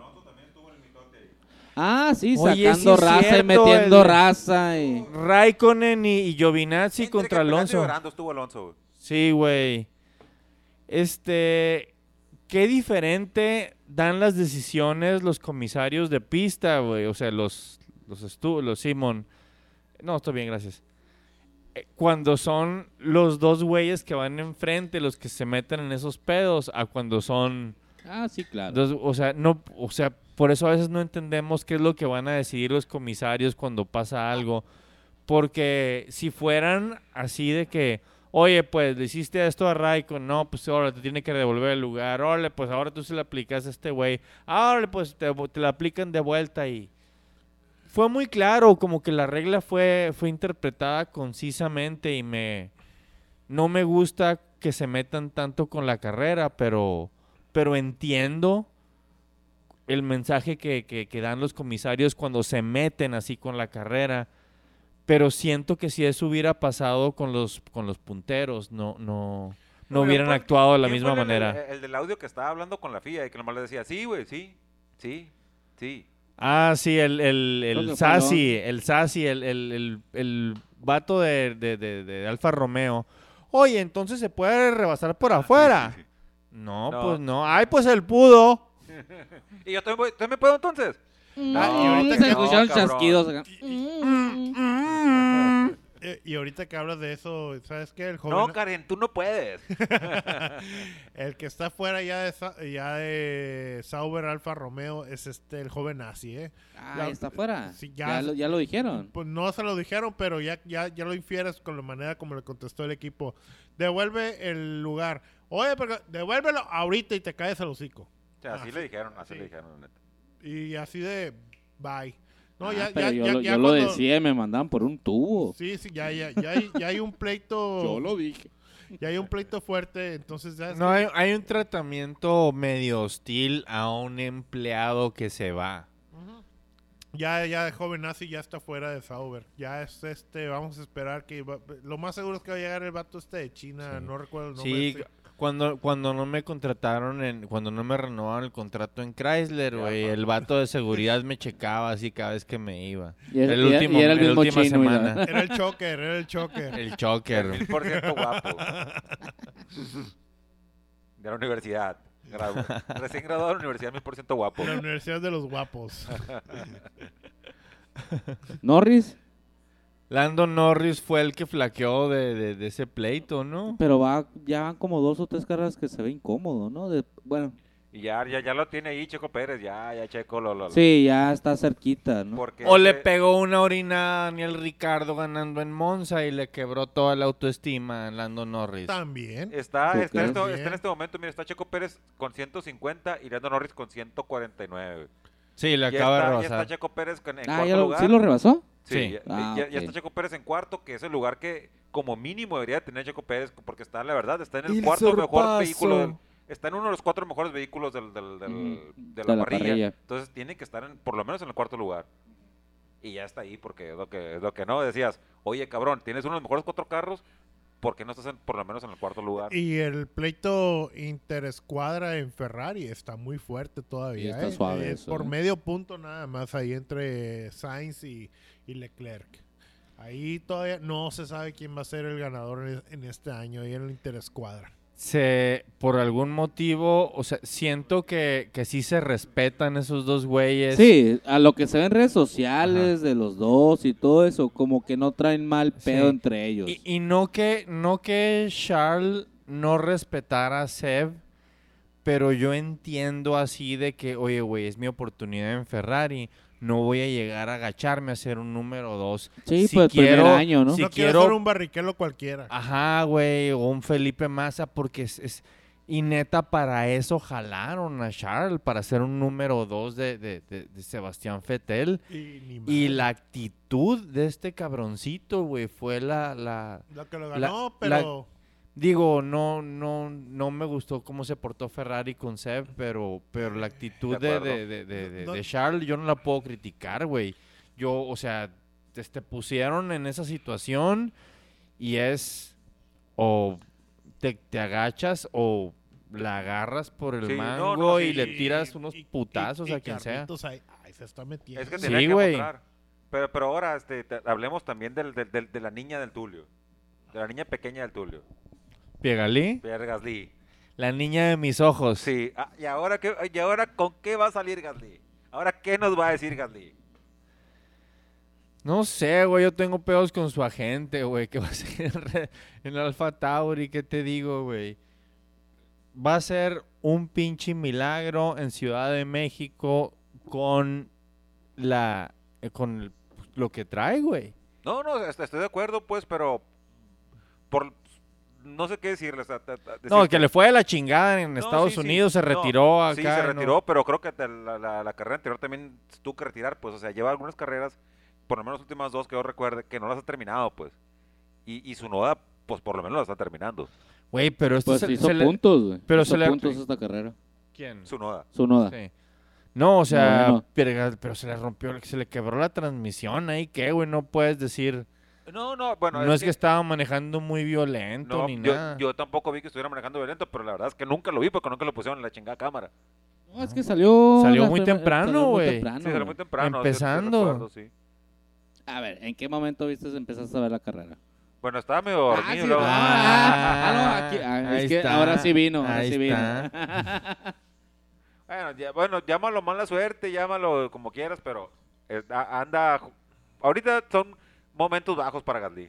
B: Ah, sí,
A: Oye, sí
B: sacando
A: es
B: raza y
A: cierto,
B: metiendo
A: el-
B: raza. Y...
A: Raikkonen y, y Giovinazzi
C: Entre
A: contra
C: que peleando y
A: Alonso.
C: llorando estuvo Alonso. güey.
A: Sí, güey. Este, qué diferente dan las decisiones los comisarios de pista, güey. O sea, los, los estu, los Simon. No, estoy bien, gracias. Eh, Cuando son los dos güeyes que van enfrente, los que se meten en esos pedos, a cuando son
B: Ah, sí, claro.
A: Entonces, o sea, no, o sea, por eso a veces no entendemos qué es lo que van a decidir los comisarios cuando pasa algo. Porque si fueran así de que, Oye, pues le hiciste esto a Raikkonen, no, pues ahora te tiene que devolver el lugar. Órale, pues ahora tú se le aplicas a este güey. Ahora pues te, te la aplican de vuelta y fue muy claro, como que la regla fue, fue interpretada concisamente y me no me gusta que se metan tanto con la carrera, pero, pero entiendo el mensaje que, que- que dan los comisarios cuando se meten así con la carrera. Pero siento que si eso hubiera pasado con los, con los punteros, no, no, no
C: Oye,
A: hubieran
C: pues,
A: actuado de la
C: ¿quién
A: misma
C: fue el-
A: manera.
C: El, el del audio que estaba hablando con la FIA y que nomás le decía, sí, güey, sí, sí, sí.
A: Ah, sí, el, el,
B: Creo
A: el
B: que fue Alonso.
A: Sassi, el Sassi, el, el, el, el vato de, de, de- de Alfa Romeo. Oye, entonces se puede rebasar por afuera. No,
C: No.
A: pues no. Ay, pues él pudo.
C: Y yo también, voy- también puedo entonces.
D: Ah, y ahorita
B: se
D: que-
B: escucharon
C: No, cabrón.
B: chasquidos acá.
D: Eh, Y ahorita que hablas de eso, ¿sabes qué? El joven,
C: No, Karen, tú no puedes.
D: el que está fuera ya de, Sa- ya de Sauber Alfa Romeo es este el joven nazi, ¿eh?
B: Ah,
D: Ya-
B: está afuera.
D: sí,
B: ya,
D: ya-
B: lo, ya lo dijeron.
D: Pues no se lo dijeron, pero ya, ya, ya lo infieres con la manera como le contestó el equipo. Devuelve el lugar. Oye, pero devuélvelo ahorita y te caes al hocico.
C: O sea, así
D: Ah,
C: le dijeron, así
D: sí.
C: le dijeron. la neta.
D: Y así de bye. No,
B: Ah,
D: ya,
B: pero
D: ya,
B: yo
D: ya,
B: lo,
D: ya
B: yo lo
D: cuando-
B: decía y me mandaban por un tubo.
D: Sí, sí, ya, ya, ya, hay, ya hay un pleito.
B: dije.
D: Ya hay un pleito fuerte, entonces ya.
A: No, hay, hay un tratamiento medio hostil a un empleado que se va.
D: Ujú. Ya, ya el joven nazi ya está fuera de Sauber. Ya es este, vamos a esperar que va- lo más seguro es que va a llegar el vato este de China,
A: Sí.
D: no recuerdo el nombre.
A: Sí,
D: este.
A: cuando, cuando no me contrataron, en, cuando no me renovaron el contrato en Chrysler,
C: Ya,
A: güey,
C: mamá.
A: el vato de seguridad me checaba así cada vez que me iba.
B: Y era,
A: El
B: y era-
A: último-
B: y era el
A: el
B: mismo
A: última
B: chino. mira.
A: semana.
D: Era el choker, era el choker.
A: El choker.
C: Mil por ciento guapo. De la universidad. Gradu- Recién graduado de la universidad, mil por ciento guapo.
D: La Universidad de los Guapos.
B: Norris,
A: Lando Norris fue el que flaqueó de, de- de ese pleito, ¿no?
B: pero va, ya van como dos o tres carreras que se ve incómodo, ¿no? De- bueno,
C: Y ya, ya, ya lo tiene ahí Checo Pérez, ya, ya Checo lo... lo lo-
B: sí, ya está cerquita, ¿no?
C: Porque
A: O le
C: ese-
A: pegó una orina a Daniel Ricardo ganando en Monza y le quebró toda la autoestima a Lando Norris. Eh,
D: También.
C: Está,
B: ¿Tú
C: está, en
B: crees?
C: esto-
D: Bien.
C: está en este momento, mira, está Checo Pérez con 150 y Lando Norris con 149. güey.
A: Sí, le
C: Ya
A: acaba de
C: está, ya
A: rebasar.
C: está Checo Pérez con, en
B: ah,
C: cuarto
B: ya lo,
C: lugar.
B: ¿sí lo rebasó?
C: Sí,
A: Sí.
C: Ya,
B: Ah,
C: ya- ya
B: ok.
C: está Checo Pérez en cuarto, que es el lugar que como mínimo debería tener Checo Pérez, porque está, la verdad, está en el,
A: El
C: cuarto
A: sorpaso.
C: mejor vehículo. del- está en uno de los cuatro mejores vehículos del, del- del-
B: Ujú,
C: de,
B: Mm, de
C: la
B: la
C: parrilla.
B: parrilla.
C: Entonces tiene que estar en- por lo menos en el cuarto lugar. Y ya está ahí, porque es lo que, es lo que no decías. Oye, cabrón, tienes uno de los mejores cuatro carros, ¿por qué no estás en- por lo menos en el cuarto lugar?
D: Y el pleito interescuadra en Ferrari está muy fuerte todavía.
B: Y está
D: ¿eh?
B: suave
D: Es
B: eso,
D: por
B: ¿eh?
D: medio punto nada más ahí entre Sainz y, y Leclerc. Ahí todavía no se sabe quién va a ser el ganador en, en este año ahí en el interescuadra.
A: Se, por algún motivo, o sea, siento que, que sí se respetan esos dos güeyes.
B: Sí, a lo que se ve en redes sociales de los dos y todo eso, como que no traen mal pedo
A: Sí.
B: entre ellos.
A: Y, y no que no que Charles no respetara a Seb, pero yo entiendo así de que, oye, güey, es mi oportunidad en Ferrari. No voy a llegar a agacharme a ser un número dos.
B: Sí, pues, primer año, ¿no?
A: Si
D: no quiero
A: quiero, Ah,
D: ser un barriquelo cualquiera.
A: ajá, güey, o un Felipe Massa, porque es, es- Y neta, para eso jalaron a Charles, para ser un número dos de, de- de- de Sebastián Fettel.
D: Y, ni
A: Y
D: madre.
A: la actitud de este cabroncito, güey, fue la- la,
D: Lo que lo
A: la-
D: ganó,
A: la-
D: pero
A: Digo, no, no, no me gustó cómo se portó Ferrari con Seb, pero, pero la actitud
C: De
A: de,
C: acuerdo.
A: de- de- de- de-
D: No-
A: de Charles yo no la puedo criticar, güey. Yo, o sea, te, te pusieron en esa situación y es o te, te agachas o la agarras por el
C: Sí, no, no,
A: mango
C: sí,
A: y le
C: y-
A: tiras unos
D: y- y-
A: putazos
D: y
A: a quien sea.
D: Carlitos ahí- ay, se está metiendo.
C: Es que
A: Sí,
C: tenía que
A: güey.
C: mostrar. Pero, pero ahora este, te- hablemos también del, del- del- de la niña del Tulio. De la niña pequeña del Tulio.
A: Piegalí,
C: Pierre Gasly.
A: la niña de mis ojos.
C: Sí. ah, ¿y, ahora qué, ¿Y ahora con qué va a salir Gasly? ¿Ahora qué nos va a decir Gasly?
A: No sé, güey, yo tengo pedos con su agente, güey, que va a ser en Re- en Alfa Tauri, ¿qué te digo, güey? Va a ser un pinche milagro en Ciudad de México con la eh, con el- lo que trae, güey.
C: No, no, est- estoy de acuerdo, pues, pero por no sé qué decirles. a- a- a
A: No,
C: decirte.
A: que le fue de la chingada en
C: No,
A: Estados
C: sí, sí.
A: Unidos, se
C: No,
A: retiró acá.
C: Sí, se
A: ¿no?
C: retiró, pero creo que te- la, la- la carrera anterior también se tuvo que retirar, pues, o sea, lleva algunas carreras, por lo menos las últimas dos que yo recuerde, que no las ha terminado, pues. Y, y su noda, pues, por lo menos las está terminando.
A: Güey, pero esto
B: Pues
A: se,
B: hizo
A: se le-
B: puntos, güey.
A: pero
B: hizo
A: se le-
B: puntos esta carrera.
A: ¿Quién?
C: Su noda.
B: Su noda.
A: Sí. No, o sea,
B: Ah. No, no.
A: Pero, pero se le rompió, se le quebró la transmisión ahí, ¿qué, güey? No puedes decir.
C: No, no, bueno.
A: no es que, estaba manejando muy violento
C: no,
A: ni
C: yo,
A: nada.
C: yo tampoco vi que estuviera manejando violento, pero la verdad es que nunca lo vi porque nunca lo pusieron en la chingada cámara.
B: No, es que salió.
A: Salió
B: las
A: muy
B: prim-
A: temprano,
B: salió muy
A: güey.
B: temprano,
C: sí, salió
B: güey.
C: muy temprano. sí, sí,
A: Ah, Empezando.
C: recuerdo, sí.
B: A ver, ¿en qué momento viste empezaste a ver la carrera?
C: Bueno, estaba medio dormido.
B: Ah, sí,
C: luego-
B: ah, ah, no, aquí- ah,
A: Ahí
B: es que
A: está,
B: ahora sí vino, ahora
A: ahí
B: sí vino.
C: Bueno, ya- bueno, llámalo mala suerte, llámalo como quieras, pero es- a- anda. ju- Ahorita son momentos bajos para Gasly,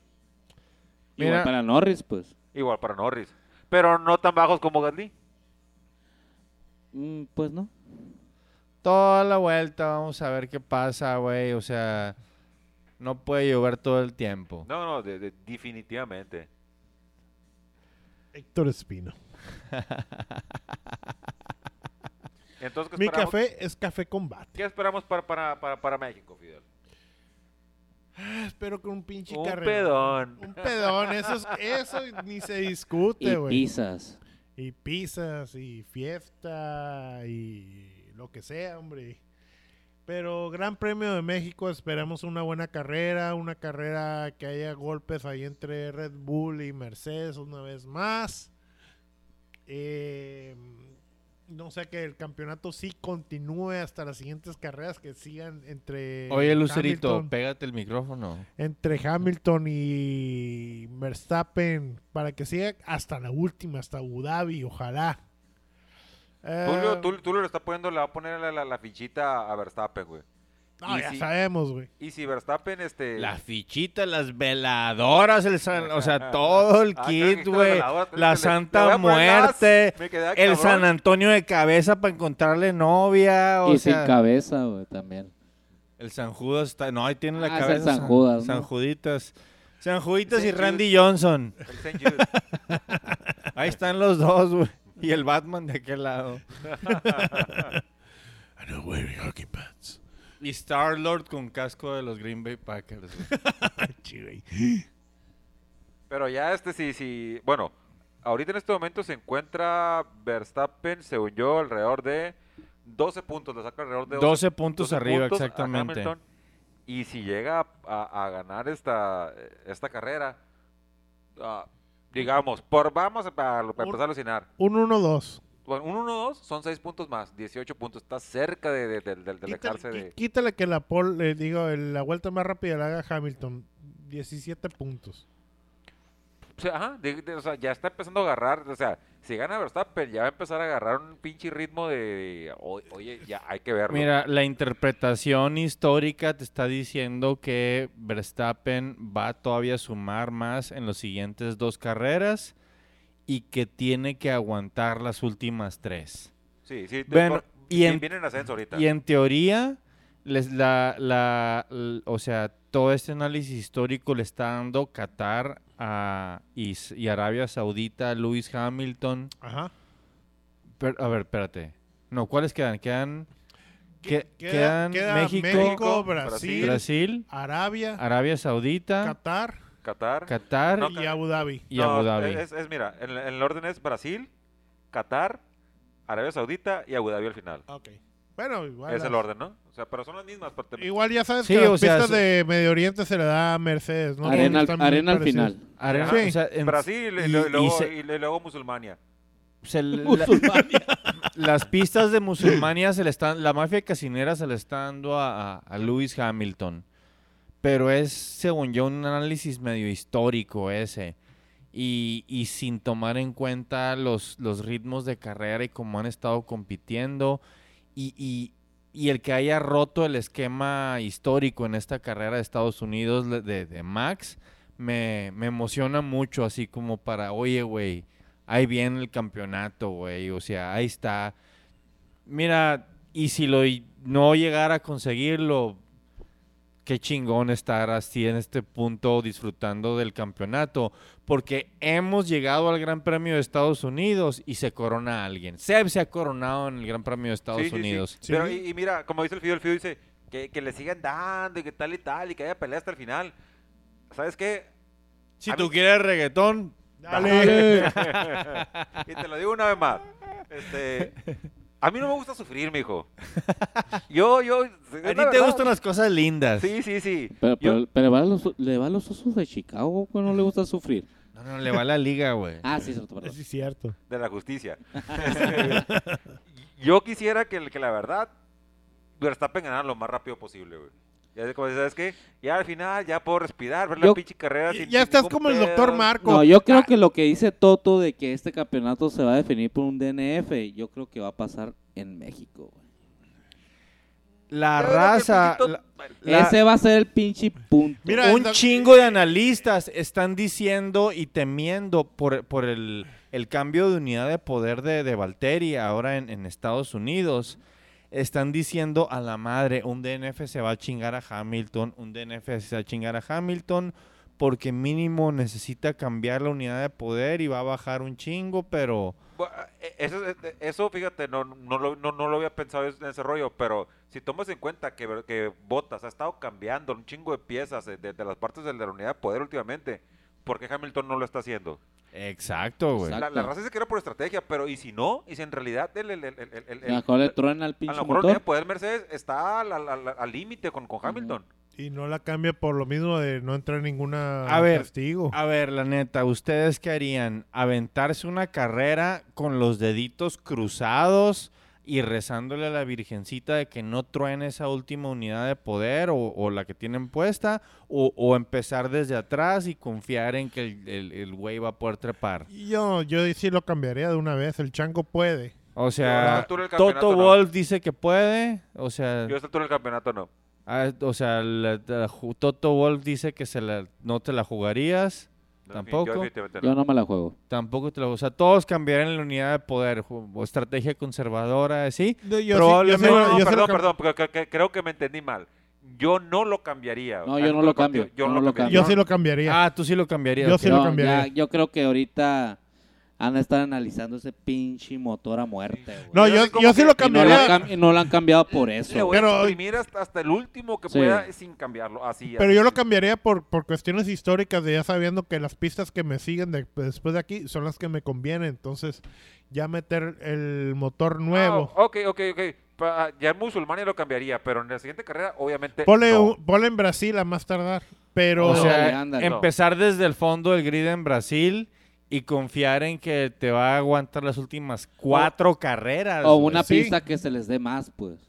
A: Mira.
B: Igual para Norris, pues.
C: igual para Norris, pero no tan bajos como Gasly.
B: Mm, pues no.
A: Toda la vuelta, vamos a ver qué pasa, güey. O sea, no puede llover todo el tiempo.
C: No, no, de- de- definitivamente.
D: Héctor Espino.
C: Entonces, ¿qué
D: Mi
C: esperamos,
D: café es café combate.
C: ¿qué esperamos para, para, para, para México, Fidel?
D: Espero que un pinche
C: Un
D: carrerón.
C: pedón.
D: Un pedón, eso, es- eso ni se discute,
B: Y
D: güey.
B: pisas.
D: Y pizzas, y fiesta, y lo que sea, hombre. Pero Gran Premio de México, esperamos una buena carrera, una carrera que haya golpes ahí entre Red Bull y Mercedes una vez más. Eh, no sé, que el campeonato sí continúe hasta las siguientes carreras que sigan entre...
A: Oye, Lucerito,
D: Hamilton-
A: pégate el micrófono.
D: entre Hamilton y Verstappen para que siga hasta la última, hasta Abu Dhabi, ojalá. Eh,
C: Tulio, Tulio, Tulio le está poniendo, le va a poner la, la- la fichita a Verstappen, güey.
D: no,
C: y
D: ya
C: si-
D: sabemos, güey.
C: Y si Verstappen, este.
A: Las fichitas, las veladoras, el san- o sea, todo el
C: Ah, creo que
A: kit,
C: con
A: güey.
C: veladora, creo
A: La
C: que le- le
A: Santa
C: voy a poner las-
A: Muerte,
C: me quedé
A: El
C: cabrón.
A: San Antonio de cabeza para encontrarle
D: Ah,
A: novia, o
B: y sin
A: sea,
B: cabeza, güey, también.
A: el San Judas está, no, ahí tiene la
B: Ah, es el
A: cabeza
B: San Judas,
A: San
B: ¿no?
A: Juditas. San Juditas
C: Sí,
A: y
C: sí.
A: Randy Johnson.
C: El Saint Jude.
A: Ahí están los dos, güey. Y el Batman de aquel lado.
D: I know wearing hockey pants.
A: Y Star-Lord con casco de los Green Bay Packers. güey.
C: Pero ya este sí, sí, bueno, ahorita en este momento se encuentra Verstappen, según yo, alrededor de 12 puntos, le saca alrededor de
A: 12 puntos
C: 12
A: arriba,
C: puntos a
A: exactamente.
C: Hamilton. y si llega a, a ganar esta, esta carrera, ah, digamos, por vamos a- para, para
D: Un-
C: empezar a alucinar,
D: Un 1-2.
C: bueno, un 1-2 son 6 puntos más, 18 puntos, está cerca de, de- de- de- de
D: Quítale,
C: alejarse de...
D: qui- quítale que la pole, le digo, el- la vuelta más rápida la haga Hamilton. 17 puntos.
C: O sea, ajá, de- de- o sea, ya está empezando a agarrar, o sea, si gana Verstappen ya va a empezar a agarrar un pinche ritmo de, de- o- oye, ya hay que verlo.
A: Mira, la interpretación histórica te está diciendo que Verstappen va todavía a sumar más en los siguientes dos carreras y que tiene que aguantar las últimas tres.
C: Sí, sí. de-
A: Bueno,
C: por-
A: y
C: vi-
A: en-
C: viene en ascenso ahorita.
A: Y en teoría, les la, la- l- o sea, todo este análisis histórico le está dando Qatar a, y, s- y Arabia Saudita, a Lewis Hamilton.
D: Ajá.
A: Per- a ver, espérate. No, ¿cuáles quedan? Quedan, que-
D: Queda-
A: quedan
D: queda
A: México,
D: México, Brasil,
A: Brasil,
D: Arabia,
A: Arabia Saudita,
D: Qatar
C: Qatar.
A: Qatar
C: No,
D: y Abu Dhabi.
A: y
C: No,
A: Abu Dhabi.
C: Es, es- mira, en, en el orden es Brasil, Qatar, Arabia Saudita y Abu Dhabi al final.
D: Ok. Bueno, igual.
C: es el
D: las-
C: orden, ¿no? O sea, pero son las mismas. pero te-
D: Igual ya sabes
A: Sí,
D: que
A: o
D: las
A: sea,
D: pistas
A: sí.
D: de Medio Oriente se le da a Mercedes, ¿no?
B: arena
D: Porque
B: al,
D: están muy
B: arena al
D: parecidas.
B: final.
A: Arena-
D: Sí.
A: o sea, en-
C: Brasil y,
A: y-
C: lo- y
A: y
C: luego,
A: se-
C: y le- luego Musulmania.
A: se le- la-
B: Musulmania.
A: las pistas de musulmania se le están, la mafia casinera se le está dando a, a- a Lewis Hamilton. Pero es, según yo, un análisis medio histórico ese. Y, y sin tomar en cuenta los, los ritmos de carrera y cómo han estado compitiendo. Y, y- y el que haya roto el esquema histórico en esta carrera de Estados Unidos le- de, de Max, me, me emociona mucho, así como para, oye, güey, ahí viene el campeonato, güey, o sea, ahí está. Mira, y si lo y- no llegara a conseguirlo, qué chingón estar así en este punto disfrutando del campeonato, porque hemos llegado al Gran Premio de Estados Unidos y se corona a alguien. Seb se ha coronado en el Gran Premio de Estados
C: Sí, sí, sí.
A: Unidos.
D: Sí.
C: Pero, y, y mira, como dice el Fido, el Fido dice que, que le sigan dando y que tal y tal y que haya pelea hasta el final. ¿Sabes qué?
A: Si
C: A
A: tú
C: mí-
A: quieres reggaetón,
D: Dale.
C: y te lo digo una vez más. Este, a mí no me gusta sufrir, mijo. Yo, yo.
A: a ti te gustan las cosas lindas.
C: Sí, sí, sí.
B: Pero,
C: Yo-
B: pero- pero va a los- le va a los osos de Chicago, güey, no le gusta sufrir.
A: No, no, le va la liga, güey.
B: Ah, sí, cierto, perdón.
D: Sí, es cierto.
C: de la justicia. Este, Yo quisiera que, que la verdad Verstappen ganara lo más rápido posible, güey. Ya sé, como dices, sabes qué, ya al final ya puedo respirar, ver la
B: Yo-
C: pinche carrera.
D: Ya,
C: sin-
D: ya
C: sin
D: estás
C: ningún
D: como el
C: pedo.
D: doctor Marco.
B: No, yo creo
D: Ah,
B: que lo que dice Toto de que este campeonato se va a definir por un DNF, yo creo que va a pasar en México. güey.
A: La
C: Yo creo que
A: raza,
C: poquito-
A: la-
C: bueno,
A: La-
B: Ese va a ser el pinche punto.
D: Mira,
A: un
D: el doc-
A: chingo de analistas están diciendo y temiendo por, por el, el cambio de unidad de poder de, de Valtteri ahora en, en Estados Unidos. Están diciendo a la madre, un DNF se va a chingar a Hamilton, un DNF se va a chingar a Hamilton, porque mínimo necesita cambiar la unidad de poder y va a bajar un chingo, pero...
C: bu- eh, Eso, eh, eso, fíjate, no, no, lo, no, no lo había pensado en ese rollo, pero si tomas en cuenta que, Ver- que Botas ha estado cambiando un chingo de piezas eh, de, de las partes de la unidad de poder últimamente, ¿por qué Hamilton no lo está haciendo?
A: Exacto, güey.
B: Exacto.
C: La, la raza dice que era por estrategia, pero ¿y si no? ¿Y si en realidad el, el- el- el- el-
B: A
C: el-
B: lo mejor le truena al
C: A
B: pinche
C: lo mejor el
B: motor.
C: poder Mercedes está al- al al- al límite con, con Hamilton.
D: Y no la cambia por lo mismo de no entrar en ninguna
A: A ver,
D: castigo.
A: A ver, la neta, ¿ustedes qué harían? ¿Aventarse una carrera con los deditos cruzados y rezándole a la Virgencita de que no truene esa última unidad de poder o, o la que tienen puesta? O, o empezar desde atrás y confiar en que el- el el güey va a poder trepar?
D: Yo, yo sí lo cambiaría de una vez. El chango puede.
A: O
C: Yo a esta
A: sea,
C: altura del campeonato
A: Toto
C: no.
A: Wolf dice que puede, o sea...
C: Yo a esta altura del campeonato no.
A: ah, o sea, la- la ju- Toto Wolf dice que se la, no te la jugarías,
C: No,
A: Tampoco.
C: Yo definitivamente no.
B: Yo no me la juego.
A: tampoco te la... O sea, todos cambiarían la unidad de poder, ju- o estrategia conservadora, ¿sí?
D: Yo sí- yo sí-
A: Probablemente-
D: yo
C: No, no,
D: sí lo
C: perdón,
D: cam-
C: perdón, porque- porque creo que me entendí mal. Yo no lo cambiaría.
B: No,
C: A
B: yo
C: esta
B: no lo
C: altura
B: cambio,
C: del partido,
B: yo no lo
C: cambiaría.
D: Yo sí lo cambiaría.
A: Ah, tú sí lo cambiarías.
D: Yo
A: ok.
D: sí lo
B: No,
D: cambiaría.
B: ya- yo creo que ahorita han a estar analizando ese pinche motor a muerte. güey.
D: no,
C: yo
D: yo,
C: sí como
D: yo sí
C: que-
D: lo
B: Y no, lo
D: cambiaría.
B: han cam- y no lo han cambiado por
C: Le
B: eso.
C: voy
B: güey.
D: Pero-
C: a imprimir hasta, hasta el último que
B: Sí.
C: pueda sin cambiarlo. Así,
D: Pero
C: así,
D: yo lo
C: sí.
D: cambiaría por, por cuestiones históricas de ya sabiendo que las pistas que me siguen de- después de aquí son las que me convienen. Entonces, ya meter el motor nuevo.
C: Ah, ok, ok, ok. Pa- ya en Musulmania lo cambiaría, pero en la siguiente carrera, obviamente.
D: Ponle,
C: no.
D: un- ponle en Brasil a más tardar. Pero
A: O sea,
B: Ándale, ándale.
A: empezar desde el fondo del grid en Brasil y confiar en que te va a aguantar las últimas cuatro carreras.
B: O
A: güey.
B: una
D: Sí.
B: pista que se les dé más, pues.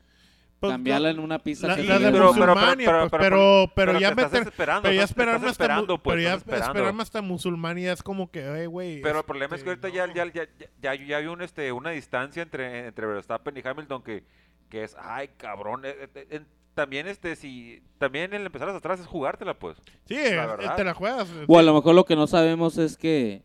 D: pues,
B: Cambiarla en una pista
D: la-
B: que
D: la
B: se
D: de
B: les dé
C: Pero-
B: más.
C: pero-
D: Musulmania,
C: pero-
D: pues,
C: pero-
D: pero, pero,
C: pero
D: ya
C: te estás
D: meter,
C: esperando,
D: pero ya
C: Ah, estás- te estás
D: esperarme hasta,
C: esperando,
D: mu-
C: pues,
D: pero ya
C: estás esperando.
D: esperarme hasta Musulmania es como que, "Ey, güey.
C: Pero el problema es que
D: este,
C: ahorita ya,
D: no".
C: ya, ya, ya, ya hay un, este, una distancia entre, entre Verstappen y Hamilton que, que es, ay, cabrón. eh, eh, eh, también, este, si, también el empezar hasta atrás es jugártela, pues.
D: Sí,
C: la
D: eh,
C: verdad.
D: te la juegas.
B: O a lo mejor lo que no sabemos es que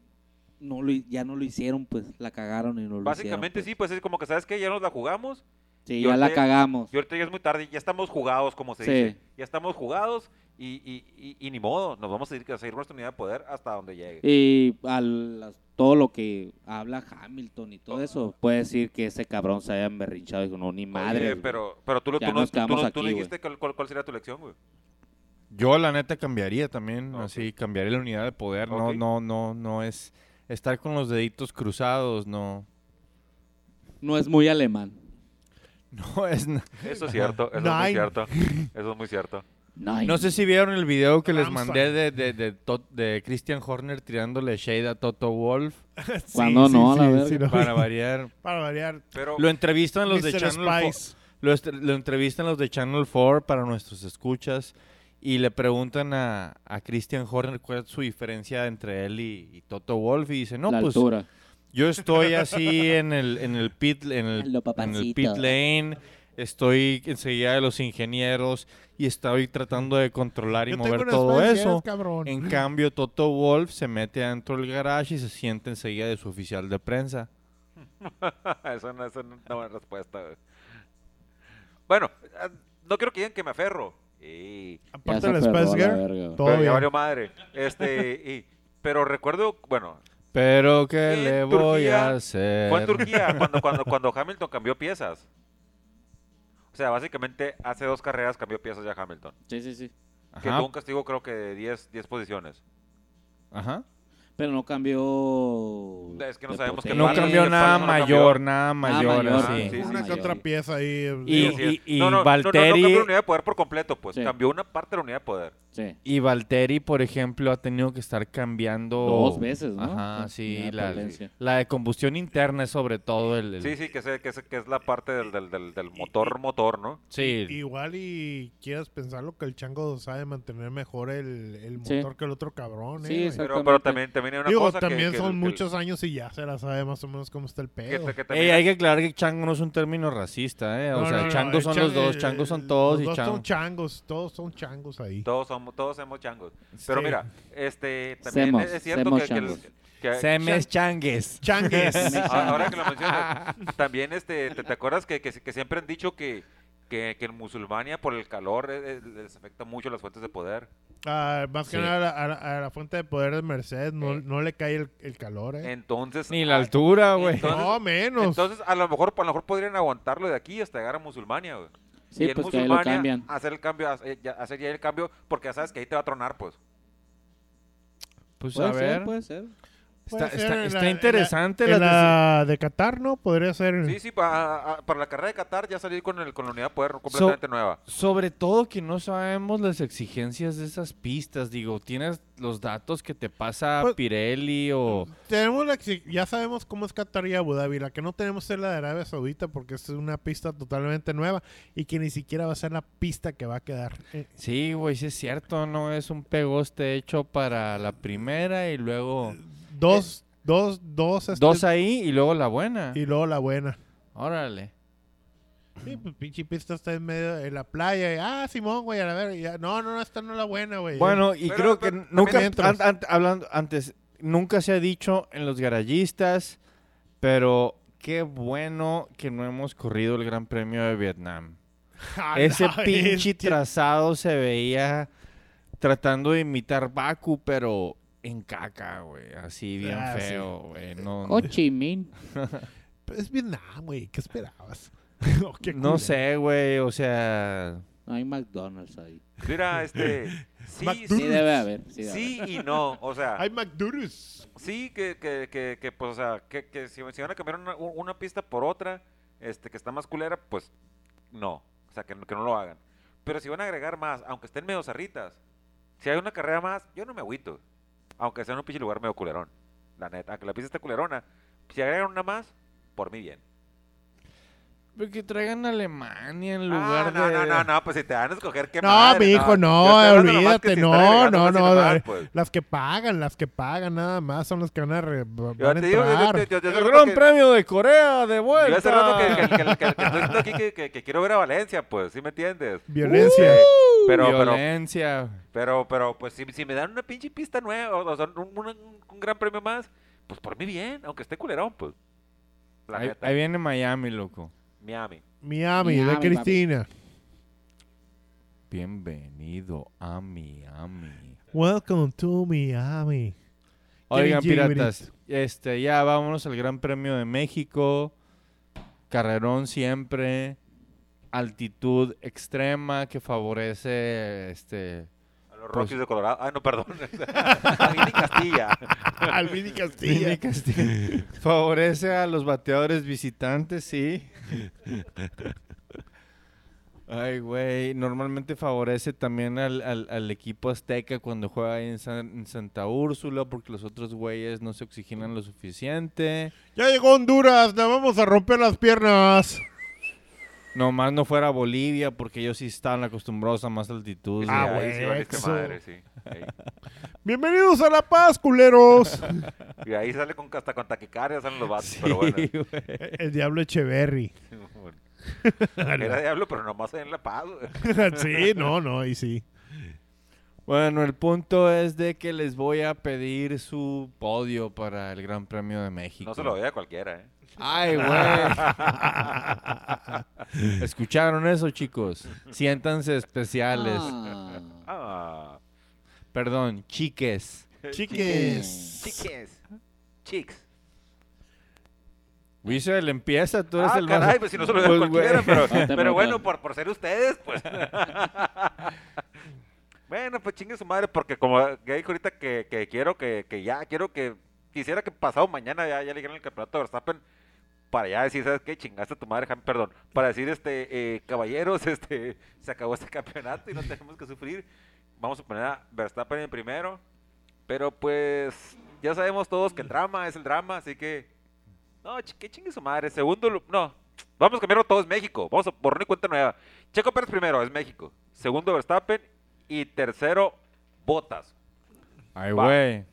B: no lo hi- ya no lo hicieron, pues. La cagaron y no lo
C: Básicamente sí,
B: hicieron.
C: pues es como que, ¿sabes qué? Ya nos la jugamos
B: pues. Sí,
C: Y
B: ya la
C: ahorita-
B: cagamos.
C: y ahorita ya es muy tarde, ya estamos jugados, como se
B: Sí.
C: dice. Ya estamos jugados y, y, y, y ni modo, nos vamos a ir a seguir nuestra unidad de poder hasta donde llegue.
B: Y a las- todo lo que habla Hamilton y todo eso, puede decir que ese cabrón se haya emberrinchado y dijo, no, ni madre.
C: Oye,
B: güey.
C: pero, pero tú, lo-
B: Ya
C: tú, no,
B: nos
C: tú, no-
B: quedamos
C: tú no
B: aquí,
C: dijiste cuál, cuál- cuál sería tu elección, güey.
A: Yo la neta cambiaría también,
C: Ok.
A: así, cambiaría la unidad de poder.
C: Ok.
A: No, no, no, no es estar con los deditos cruzados, no.
B: No es muy alemán.
A: No es na-
C: Eso es cierto, eso es muy
D: Nine.
C: cierto. Eso es muy cierto.
B: Nein.
A: No sé si vieron el video que les
D: Ramstein.
A: mandé de, de, de, To- de Christian Horner tirándole shade a Toto Wolf
D: Sí,
B: Cuando
D: sí,
B: no,
D: sí,
B: la
D: sí,
B: verga.
D: sí, lo-
A: para variar.
D: para variar.
C: Pero,
A: Lo entrevistan los de
D: Mr.
A: Channel Four-
D: Spice.
A: Lo, est- lo entrevistan los de Channel 4 para nuestros escuchas y le preguntan a, a Christian Horner cuál es su diferencia entre él y, y Toto Wolf y dice, no,
B: la
A: pues
B: altura.
A: yo estoy así en el, en el pit en el,
B: Lo
A: en el
B: papacito.
A: pit lane, estoy enseguida de los ingenieros y estoy tratando de controlar y
D: Yo tengo
A: mover
D: unas
A: todo
D: Spice
A: eso.
D: Girls, cabrón.
A: En cambio, Toto Wolf se mete adentro del garage y se siente enseguida de su oficial de prensa.
C: eso no eso no es una buena respuesta. güey. Bueno, ah, no quiero que digan que me aferro, Y,
D: Aparte
B: Ya
D: del
B: se fregó
D: Space
B: la
D: Girl,
B: verga, güey.
D: todo
C: pero ya
D: bien.
C: valió madre. Este, y, pero recuerdo, bueno,
A: Pero que
C: En
A: le voy
C: Turquía,
A: a hacer.
C: Fue en Turquía cuando, cuando, cuando Hamilton cambió piezas. O sea, básicamente hace dos carreras cambió piezas ya Hamilton.
B: Sí, sí, sí.
C: Que
A: Ajá,
C: tuvo un castigo creo que de 10, 10 posiciones.
A: ajá.
B: Pero no cambió.
C: Es que no
B: de
C: sabemos qué
B: potencia. Ah,
A: No
C: vale,
A: cambió
C: vale,
A: nada
C: no cambió.
A: mayor, nada mayor,
B: mayor,
A: así.
B: sí, sí.
D: Una que
B: mayor.
D: otra pieza ahí.
A: Y-
D: digo,
C: Así es.
A: y
C: no, no, no, no,
A: Valtteri-
C: no cambió la unidad de poder por completo, pues.
B: Sí.
C: Cambió una parte de la unidad de poder.
B: Sí.
A: Y Valteri, por ejemplo, ha tenido que estar cambiando.
B: Dos veces, ¿no?
A: Ajá,
B: Con-
A: sí.
B: ya,
A: La,
B: potencia.
A: la de combustión interna es sobre todo el. el-
C: Sí, sí, que, se- que, se- que es la parte del, del, del, del motor, motor, ¿no?
A: sí.
D: Igual y quieras pensarlo que el chango sabe mantener mejor el, el
B: Sí.
D: motor que el otro cabrón.
B: Sí,
D: eh, güey.
B: exacto.
C: Pero, pero
B: Exactamente.
C: también, también hay una
D: Digo,
C: cosa que-
D: también
C: que-
D: son
C: que-
D: muchos años y ya se la sabe más o menos cómo está el
C: que-
D: pedo.
C: que- que
A: Ey,
C: también-
A: hay que aclarar que chango no es un término racista, ¿eh? O
D: No,
A: sea,
D: no, no,
A: changos
D: el
A: son
D: chan-
A: los dos,
D: el-
A: changos son todos
D: los
A: y
D: dos
A: chango.
D: son changos, todos son changos ahí.
C: Todos somos, todos somos changos. Pero
D: Sí.
C: mira, este, también
B: Semos,
C: es cierto
B: semos
C: que, que el-
B: changos.
C: que-
A: Semes changues.
D: Changues.
C: Ahora ahora que lo mencionas, también este, ¿te, te acuerdas que, que- que siempre han dicho que, que- que en Musulmania por el calor eh, eh, les afecta mucho las fuentes de poder?
D: Ah, más que
A: Sí.
D: nada a la, a la- a la fuente de poder de Mercedes no,
C: Eh.
D: no le cae el, el calor, eh.
C: Entonces,
A: Ni la
C: ah,
A: altura, güey.
C: entonces-
D: no, menos.
C: entonces a lo mejor a lo mejor podrían aguantarlo de aquí hasta llegar a Musulmania, güey.
B: Sí,
C: y en
B: pues que ahí lo
C: Musulmania
B: cambian.
C: hacer el cambio, hacer eh, ya, hacer ya el cambio, porque ya sabes que ahí te va a tronar, pues.
A: Pues
B: Puede
A: a
B: ser,
A: ver.
B: puede ser.
D: Puede
A: Está,
D: ser
A: está-
D: en
A: está
D: la- en la-
A: interesante
D: En
A: las deci-
D: la de Qatar, ¿no? Podría ser.
B: Mm.
D: en-
C: Sí, sí, pa- a- para la carrera de Qatar ya salir con, el, con la unidad de poder completamente nueva.
A: Sobre todo que no sabemos las exigencias de esas pistas. Digo, tienes los datos que te pasa
D: Pues-
A: Pirelli o.
D: Tenemos la exi- ya sabemos cómo es Qatar y Abu Dhabi. La que no tenemos es la de Arabia Saudita porque es una pista totalmente nueva y que ni siquiera va a ser la pista que va a quedar. Eh,
A: Sí, güey, sí es cierto, no es un pegoste hecho para la primera y luego
D: dos, dos, dos, este,
A: dos ahí y luego la buena.
D: y luego la buena.
A: Órale.
D: Sí, pues pinche pista está en medio de la playa. y, ah, Simón, güey, a la ver. ya- No, no, no, esta no es la buena, güey.
A: Bueno, y
C: Pero-
A: creo
C: pero
A: que nunca,
D: también-
A: an- an- hablando antes, nunca se ha dicho en los garayistas, pero qué bueno que no hemos corrido el Gran Premio de Vietnam.
D: A la
A: Ese pinche
D: bestia.
A: trazado se veía tratando de imitar Baku, pero en caca, güey, así bien
D: Ah, sí.
A: feo, güey. No,
C: Oh,
B: Ho Chi Minh.
D: Es Vietnam, güey. ¿Qué esperabas? Oh, qué
A: no
D: culero.
A: sé, güey, o sea...
B: No hay McDonald's ahí.
C: Mira, este, sí,
B: Sí,
D: McDonald's.
C: sí,
B: debe haber. Sí, debe
C: sí y no, o sea.
D: Hay McDonald's.
C: Sí, que, que, que, que, pues, o sea, que, que si, si van a cambiar una, u- una pista por otra, este, que está más culera, pues, no. O sea, que, no- que no lo hagan. Pero si van a agregar más, aunque estén medio zarritas, si hay una carrera más, yo no me agüito. Aunque sea en un pinche lugar medio culerón. La neta, aunque la pista esté culerona, si agregan una más, por mí bien.
A: Pero que traigan a Alemania en lugar
C: Ah, no,
A: de...
C: no, no, no, pues si te van a escoger, qué
D: No,
C: madre,
D: mijo, no,
C: Yo estoy hablando nomás que
D: olvídate,
C: si
D: no,
C: están agregando
D: no,
C: más y
D: no,
C: nomás,
D: eh.
C: pues.
D: Las que pagan, las que pagan nada más son las que van a, re- van
C: Yo
D: a
C: te digo, yo- yo-
D: entrar.
C: yo- yo- yo
A: El
C: creo
A: Gran
C: que-
A: Premio de Corea de vuelta.
C: Yo hace rato que, que, que, que- que estoy diciendo aquí que, que- que quiero ver a Valencia, pues, ¿sí me entiendes?
D: Violencia.
C: Eh, pero, pero,
A: Violencia.
C: pero, pero, pues, si, si me dan una pinche pista nueva, o sea, un, un- un gran premio más, pues por mí bien, aunque esté culerón, pues. La
A: Ahí,
C: neta,
A: ahí viene Miami, loco.
C: Miami.
D: Miami,
B: Miami,
D: de
B: papi.
D: Cristina.
A: Bienvenido a Miami.
D: Welcome to Miami.
A: Oigan,
D: Jimmy, Jimmy.
A: piratas, este, ya vámonos al Gran Premio de México. Carrerón siempre. Altitud extrema que favorece este.
C: A los
A: Pues-
C: Rockies de Colorado. Ah, no, perdón. a Vini Castilla.
D: Albini
A: Vini
D: Castilla.
A: Castillo. este, favorece a los bateadores visitantes, sí. Ay, güey. Normalmente favorece también al, al- al equipo azteca cuando juega ahí en, San- en Santa Úrsula porque los otros güeyes no se oxigenan lo suficiente.
D: Ya llegó Honduras, le vamos a romper las piernas.
A: Nomás no fuera Bolivia porque ellos sí están acostumbrados a más altitud.
C: Sí,
D: Ah,
A: güey.
C: ahí sí valiste
D: huexo.
C: madre, sí. Ahí.
D: Bienvenidos a La Paz, culeros.
C: Y ahí sale con, hasta con taquicardia, salen los vatos, pero bueno.
A: Sí, güey.
D: El diablo Echeverry.
C: Era diablo, pero nomás ahí en La Paz. güey.
D: sí, no, no, y sí.
A: Bueno, el punto es de que les voy a pedir su podio para el Gran Premio de México.
C: No se lo doy a cualquiera, ¿eh?
A: Ay, güey. ¿Escucharon eso, chicos? Siéntanse especiales.
B: Ah.
C: Ah.
A: Perdón, chiques.
D: Chiques.
C: Chiques. Chicks.
A: Whistle, empieza, tú eres
C: Ah,
A: el más-
C: caray, pues si no se lo doy a
A: Pues, güey.
C: cualquiera, pero,
B: No te
C: pero bueno,
B: preocupes.
C: por, por ser ustedes, pues. bueno, pues chingue su madre, porque como ya dijo ahorita que, que quiero que, que ya, quiero que, quisiera que pasado mañana ya, ya le dijeran el campeonato a Verstappen para ya decir, ¿sabes qué? Chingaste a tu madre, Ham, perdón. Para decir, este, eh, caballeros, este, se acabó este campeonato y no tenemos que sufrir. Vamos a poner a Verstappen en primero, pero pues ya sabemos todos que el drama es el drama, así que no, chi- que chingue su madre. Segundo, lu- no. Vamos a cambiarlo todo, es México. Vamos a borrar y cuenta nueva. Checo Pérez primero, es México. Segundo, Verstappen. Y tercero, Botas.
A: Ay,
C: Va.
A: güey.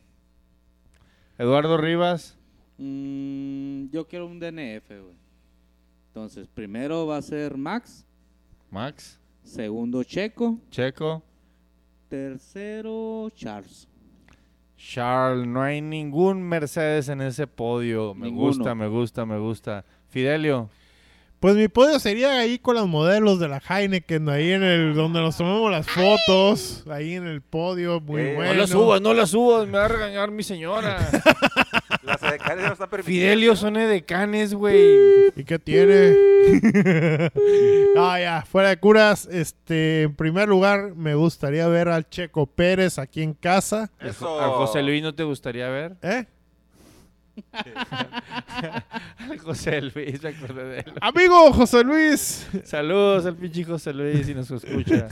A: Eduardo Rivas.
B: Mm, yo quiero un DNF, güey. Entonces, primero va a ser Max,
A: Max.
B: segundo Checo,
A: Checo.
B: tercero Charles.
A: Charles, no hay ningún Mercedes en ese podio. Me
B: Ninguno.
A: gusta, me gusta, me gusta. Fidelio.
D: Pues mi podio sería ahí con los modelos de la Heineken, ahí en el donde nos tomamos las fotos, ahí en el podio, muy
C: Eh, no
D: bueno.
A: No la subas, no la subas, me va a regañar mi señora.
C: Las edecales ya no están permitidas.
A: Fidelio son edecanes, güey.
D: ¿Y qué tiene? ah, ya, fuera de curas, este, en primer lugar me gustaría ver al Checo Pérez aquí en casa,
C: Eso.
A: ¿A José Luis no te gustaría ver?
D: ¿eh?
A: Al José Luis, me acordé de él.
D: Amigo José Luis,
A: Saludos al pinche José Luis si nos escucha.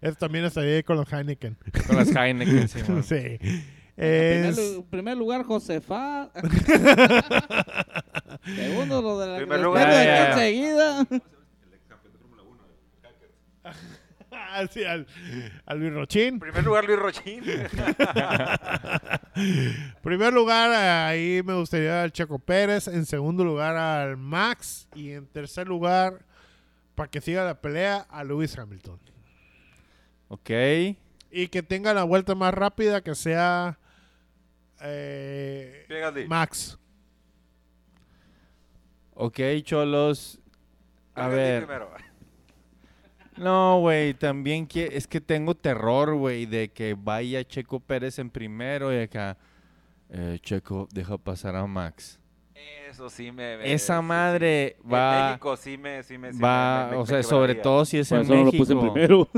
D: él también estaría ahí con los Heineken.
A: Con las Heineken, Simón.
D: sí.
B: En primer,
D: Es-
B: lu- primer lugar, Josefa. segundo, lo de la
C: Primer
B: que
C: lugar,
B: después
A: ya,
B: de que
A: ya.
B: enseguida.
D: Ah, sí, al, al Luis Rochín.
C: En primer lugar, Luis Rochín.
D: primer lugar, ahí me gustaría al Checo Pérez. En segundo lugar, al Max. Y en tercer lugar, para que siga la pelea, a Lewis Hamilton.
A: Ok.
D: Y que tenga la vuelta más rápida, que sea eh,
C: Fíjate.
D: Max.
A: Ok, cholos. A
C: Fíjate
A: ver.
C: primero.
A: No, güey, también que, es que tengo terror, güey, de que vaya Checo Pérez en primero y acá. eh, Checo, deja pasar a Max.
C: Eso sí me. me-
A: Esa
C: Eh, sí, sí.
A: madre
C: En
A: va.
C: México sí me. Sí me sí
A: va,
C: me- me- me-
A: o
C: me
A: sea, sobre
C: quebraría.
A: todo si es
B: Por
A: en
B: eso no lo puse en
A: México.
B: primero.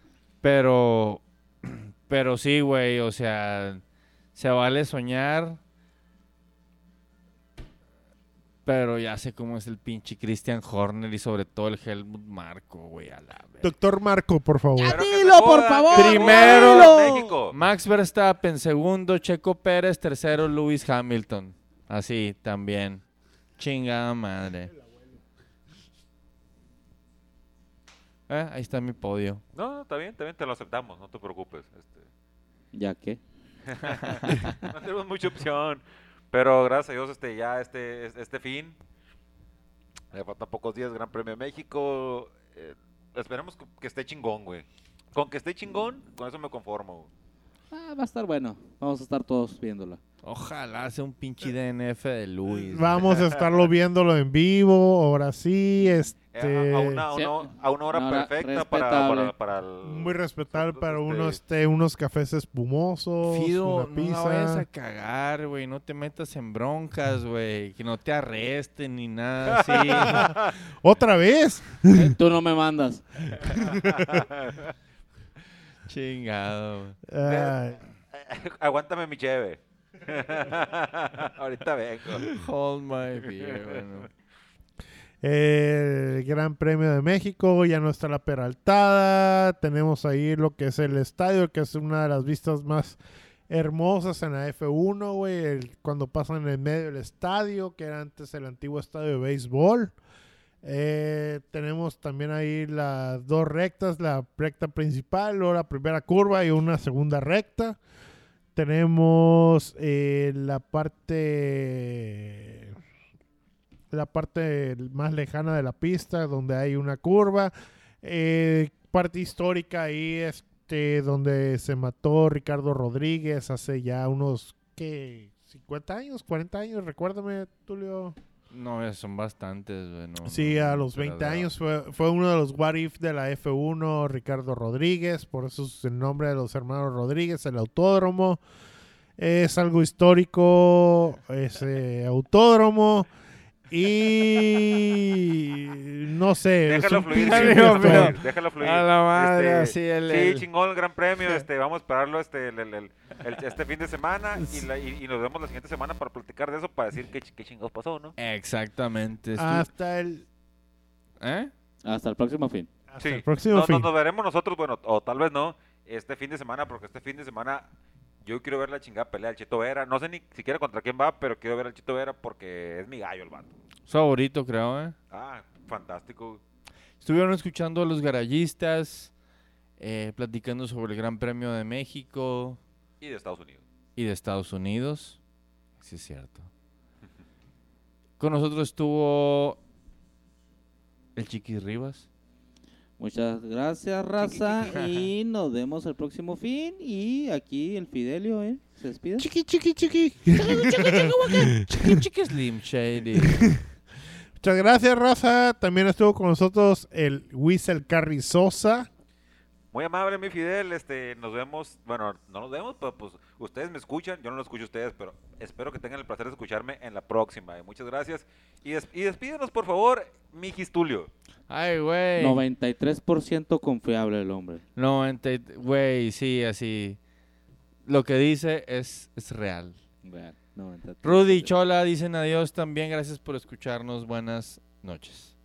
A: Pero, pero sí, güey, o sea, se vale soñar. Pero ya sé cómo es el pinche Christian Horner y sobre todo el Helmut Marco, güey, a la verga.
D: Doctor Marco, por favor.
C: Pero que
B: Dilo,
C: se
B: por
C: joda,
B: favor,
C: que se joda
A: Primero.
C: México.
A: Max Verstappen, segundo, Checo Pérez, tercero, Lewis Hamilton. Así también. Chingada madre. Eh, ahí está mi podio.
C: No, no, está bien, está bien, te lo aceptamos, no te preocupes. Este.
B: Ya que.
C: no tenemos mucha opción. Pero gracias a Dios, este, ya este, es- este fin. Le faltan pocos días, Gran Premio de México. eh, esperemos que, que esté chingón, güey. Con que esté chingón, con eso me conformo. güey.
B: Ah, va a estar bueno. Vamos a estar todos viéndola.
A: Ojalá sea un pinche DNF de Luis.
D: Vamos a estarlo viéndolo en vivo. Ahora sí,
C: Eh,
D: este.
C: a- a, una, a
B: Sí.
C: una- a una hora
B: Una hora
C: perfecta para, para,
B: respetable.
C: para el-
D: Muy respetable para
C: Este,
D: uno, este, unos cafés espumosos,
A: Fido,
D: una
A: no la vayas a
D: pizza.
A: cagar, güey. No te metas en broncas, güey. Que no te arresten ni nada así.
D: ¿Otra vez?
B: Tú no me mandas.
A: Chingado. güey.
D: Ay,
C: este, Aguántame mi cheve. Ahorita vengo.
A: Hold my beer, bueno.
D: el Gran Premio de México, ya no está la Peraltada, tenemos ahí lo que es el estadio, que es una de las vistas más hermosas en la F1, güey, el- cuando pasan en el medio del estadio, que era antes el antiguo estadio de béisbol. Eh, tenemos también ahí las dos rectas, la recta principal, luego la primera curva y una segunda recta. Tenemos eh, la parte la parte más lejana de la pista donde hay una curva. Eh, parte histórica ahí es este, donde se mató Ricardo Rodríguez hace ya unos, ¿qué? 50 años, 40 años, recuérdame, Tulio.
A: No, ya son bastantes, güey. no,
D: Sí,
A: no,
D: a
A: no,
D: los
A: pero
D: 20
A: de-
D: años fue, fue uno de los what if de la F1, Ricardo Rodríguez, por eso es el nombre de los hermanos Rodríguez, el autódromo. Es algo histórico ese autódromo. Y no sé. es
C: Déjalo
D: un
C: fluir,
D: pinche
A: Dios
C: déjalo
A: mío, pero-
D: fiestón.
C: fluir, déjalo fluir.
A: A la madre,
C: Este,
A: sí, el-
C: sí,
A: el-
C: chingón el gran premio. Este, vamos a esperarlo este, el- el- el- el- este fin de semana y, la- y- y nos vemos la siguiente semana para platicar de eso, para decir qué, chi- qué chingados pasó, ¿no?
A: Exactamente. estu-
D: Hasta el,
A: ¿Eh?
B: Hasta el próximo fin.
D: hasta
C: Sí.
D: el próximo
C: No, no,
D: fin.
C: nos veremos nosotros, bueno, o tal vez no, este fin de semana, porque este fin de semana yo quiero ver la chingada pelea del Chito Vera. No sé ni siquiera contra quién va, pero quiero ver al Chito Vera porque es mi gallo el vato.
A: Su favorito, creo, ¿eh?
C: Ah, fantástico.
A: Estuvieron escuchando a los garayistas eh, platicando sobre el Gran Premio de México
C: Y de Estados Unidos.
A: y de Estados Unidos. Sí, es cierto. Con nosotros estuvo el Chiquis Rivas.
B: Muchas gracias, raza. Y nos vemos el próximo fin. Y aquí el Fidelio, ¿eh? Se despide.
D: Chiqui, chiqui, chiqui.
A: Chiqui, Chiqui Slim Shady.
D: Muchas gracias, Raza. También estuvo con nosotros el Whistle Carri Sosa.
C: Muy amable, mi Fidel. Este, nos vemos. Bueno, no nos vemos, pero pues ustedes me escuchan. Yo no lo escucho a ustedes, pero espero que tengan el placer de escucharme en la próxima. Y muchas gracias. Y, des- y despídenos, por favor, mi Tulio.
A: Ay, güey.
B: 93% confiable el hombre.
A: 90. y- Güey, sí, así. Lo que dice es, es real.
B: Real, 93%.
A: Rudy y Chola dicen adiós también. Gracias por escucharnos. Buenas noches.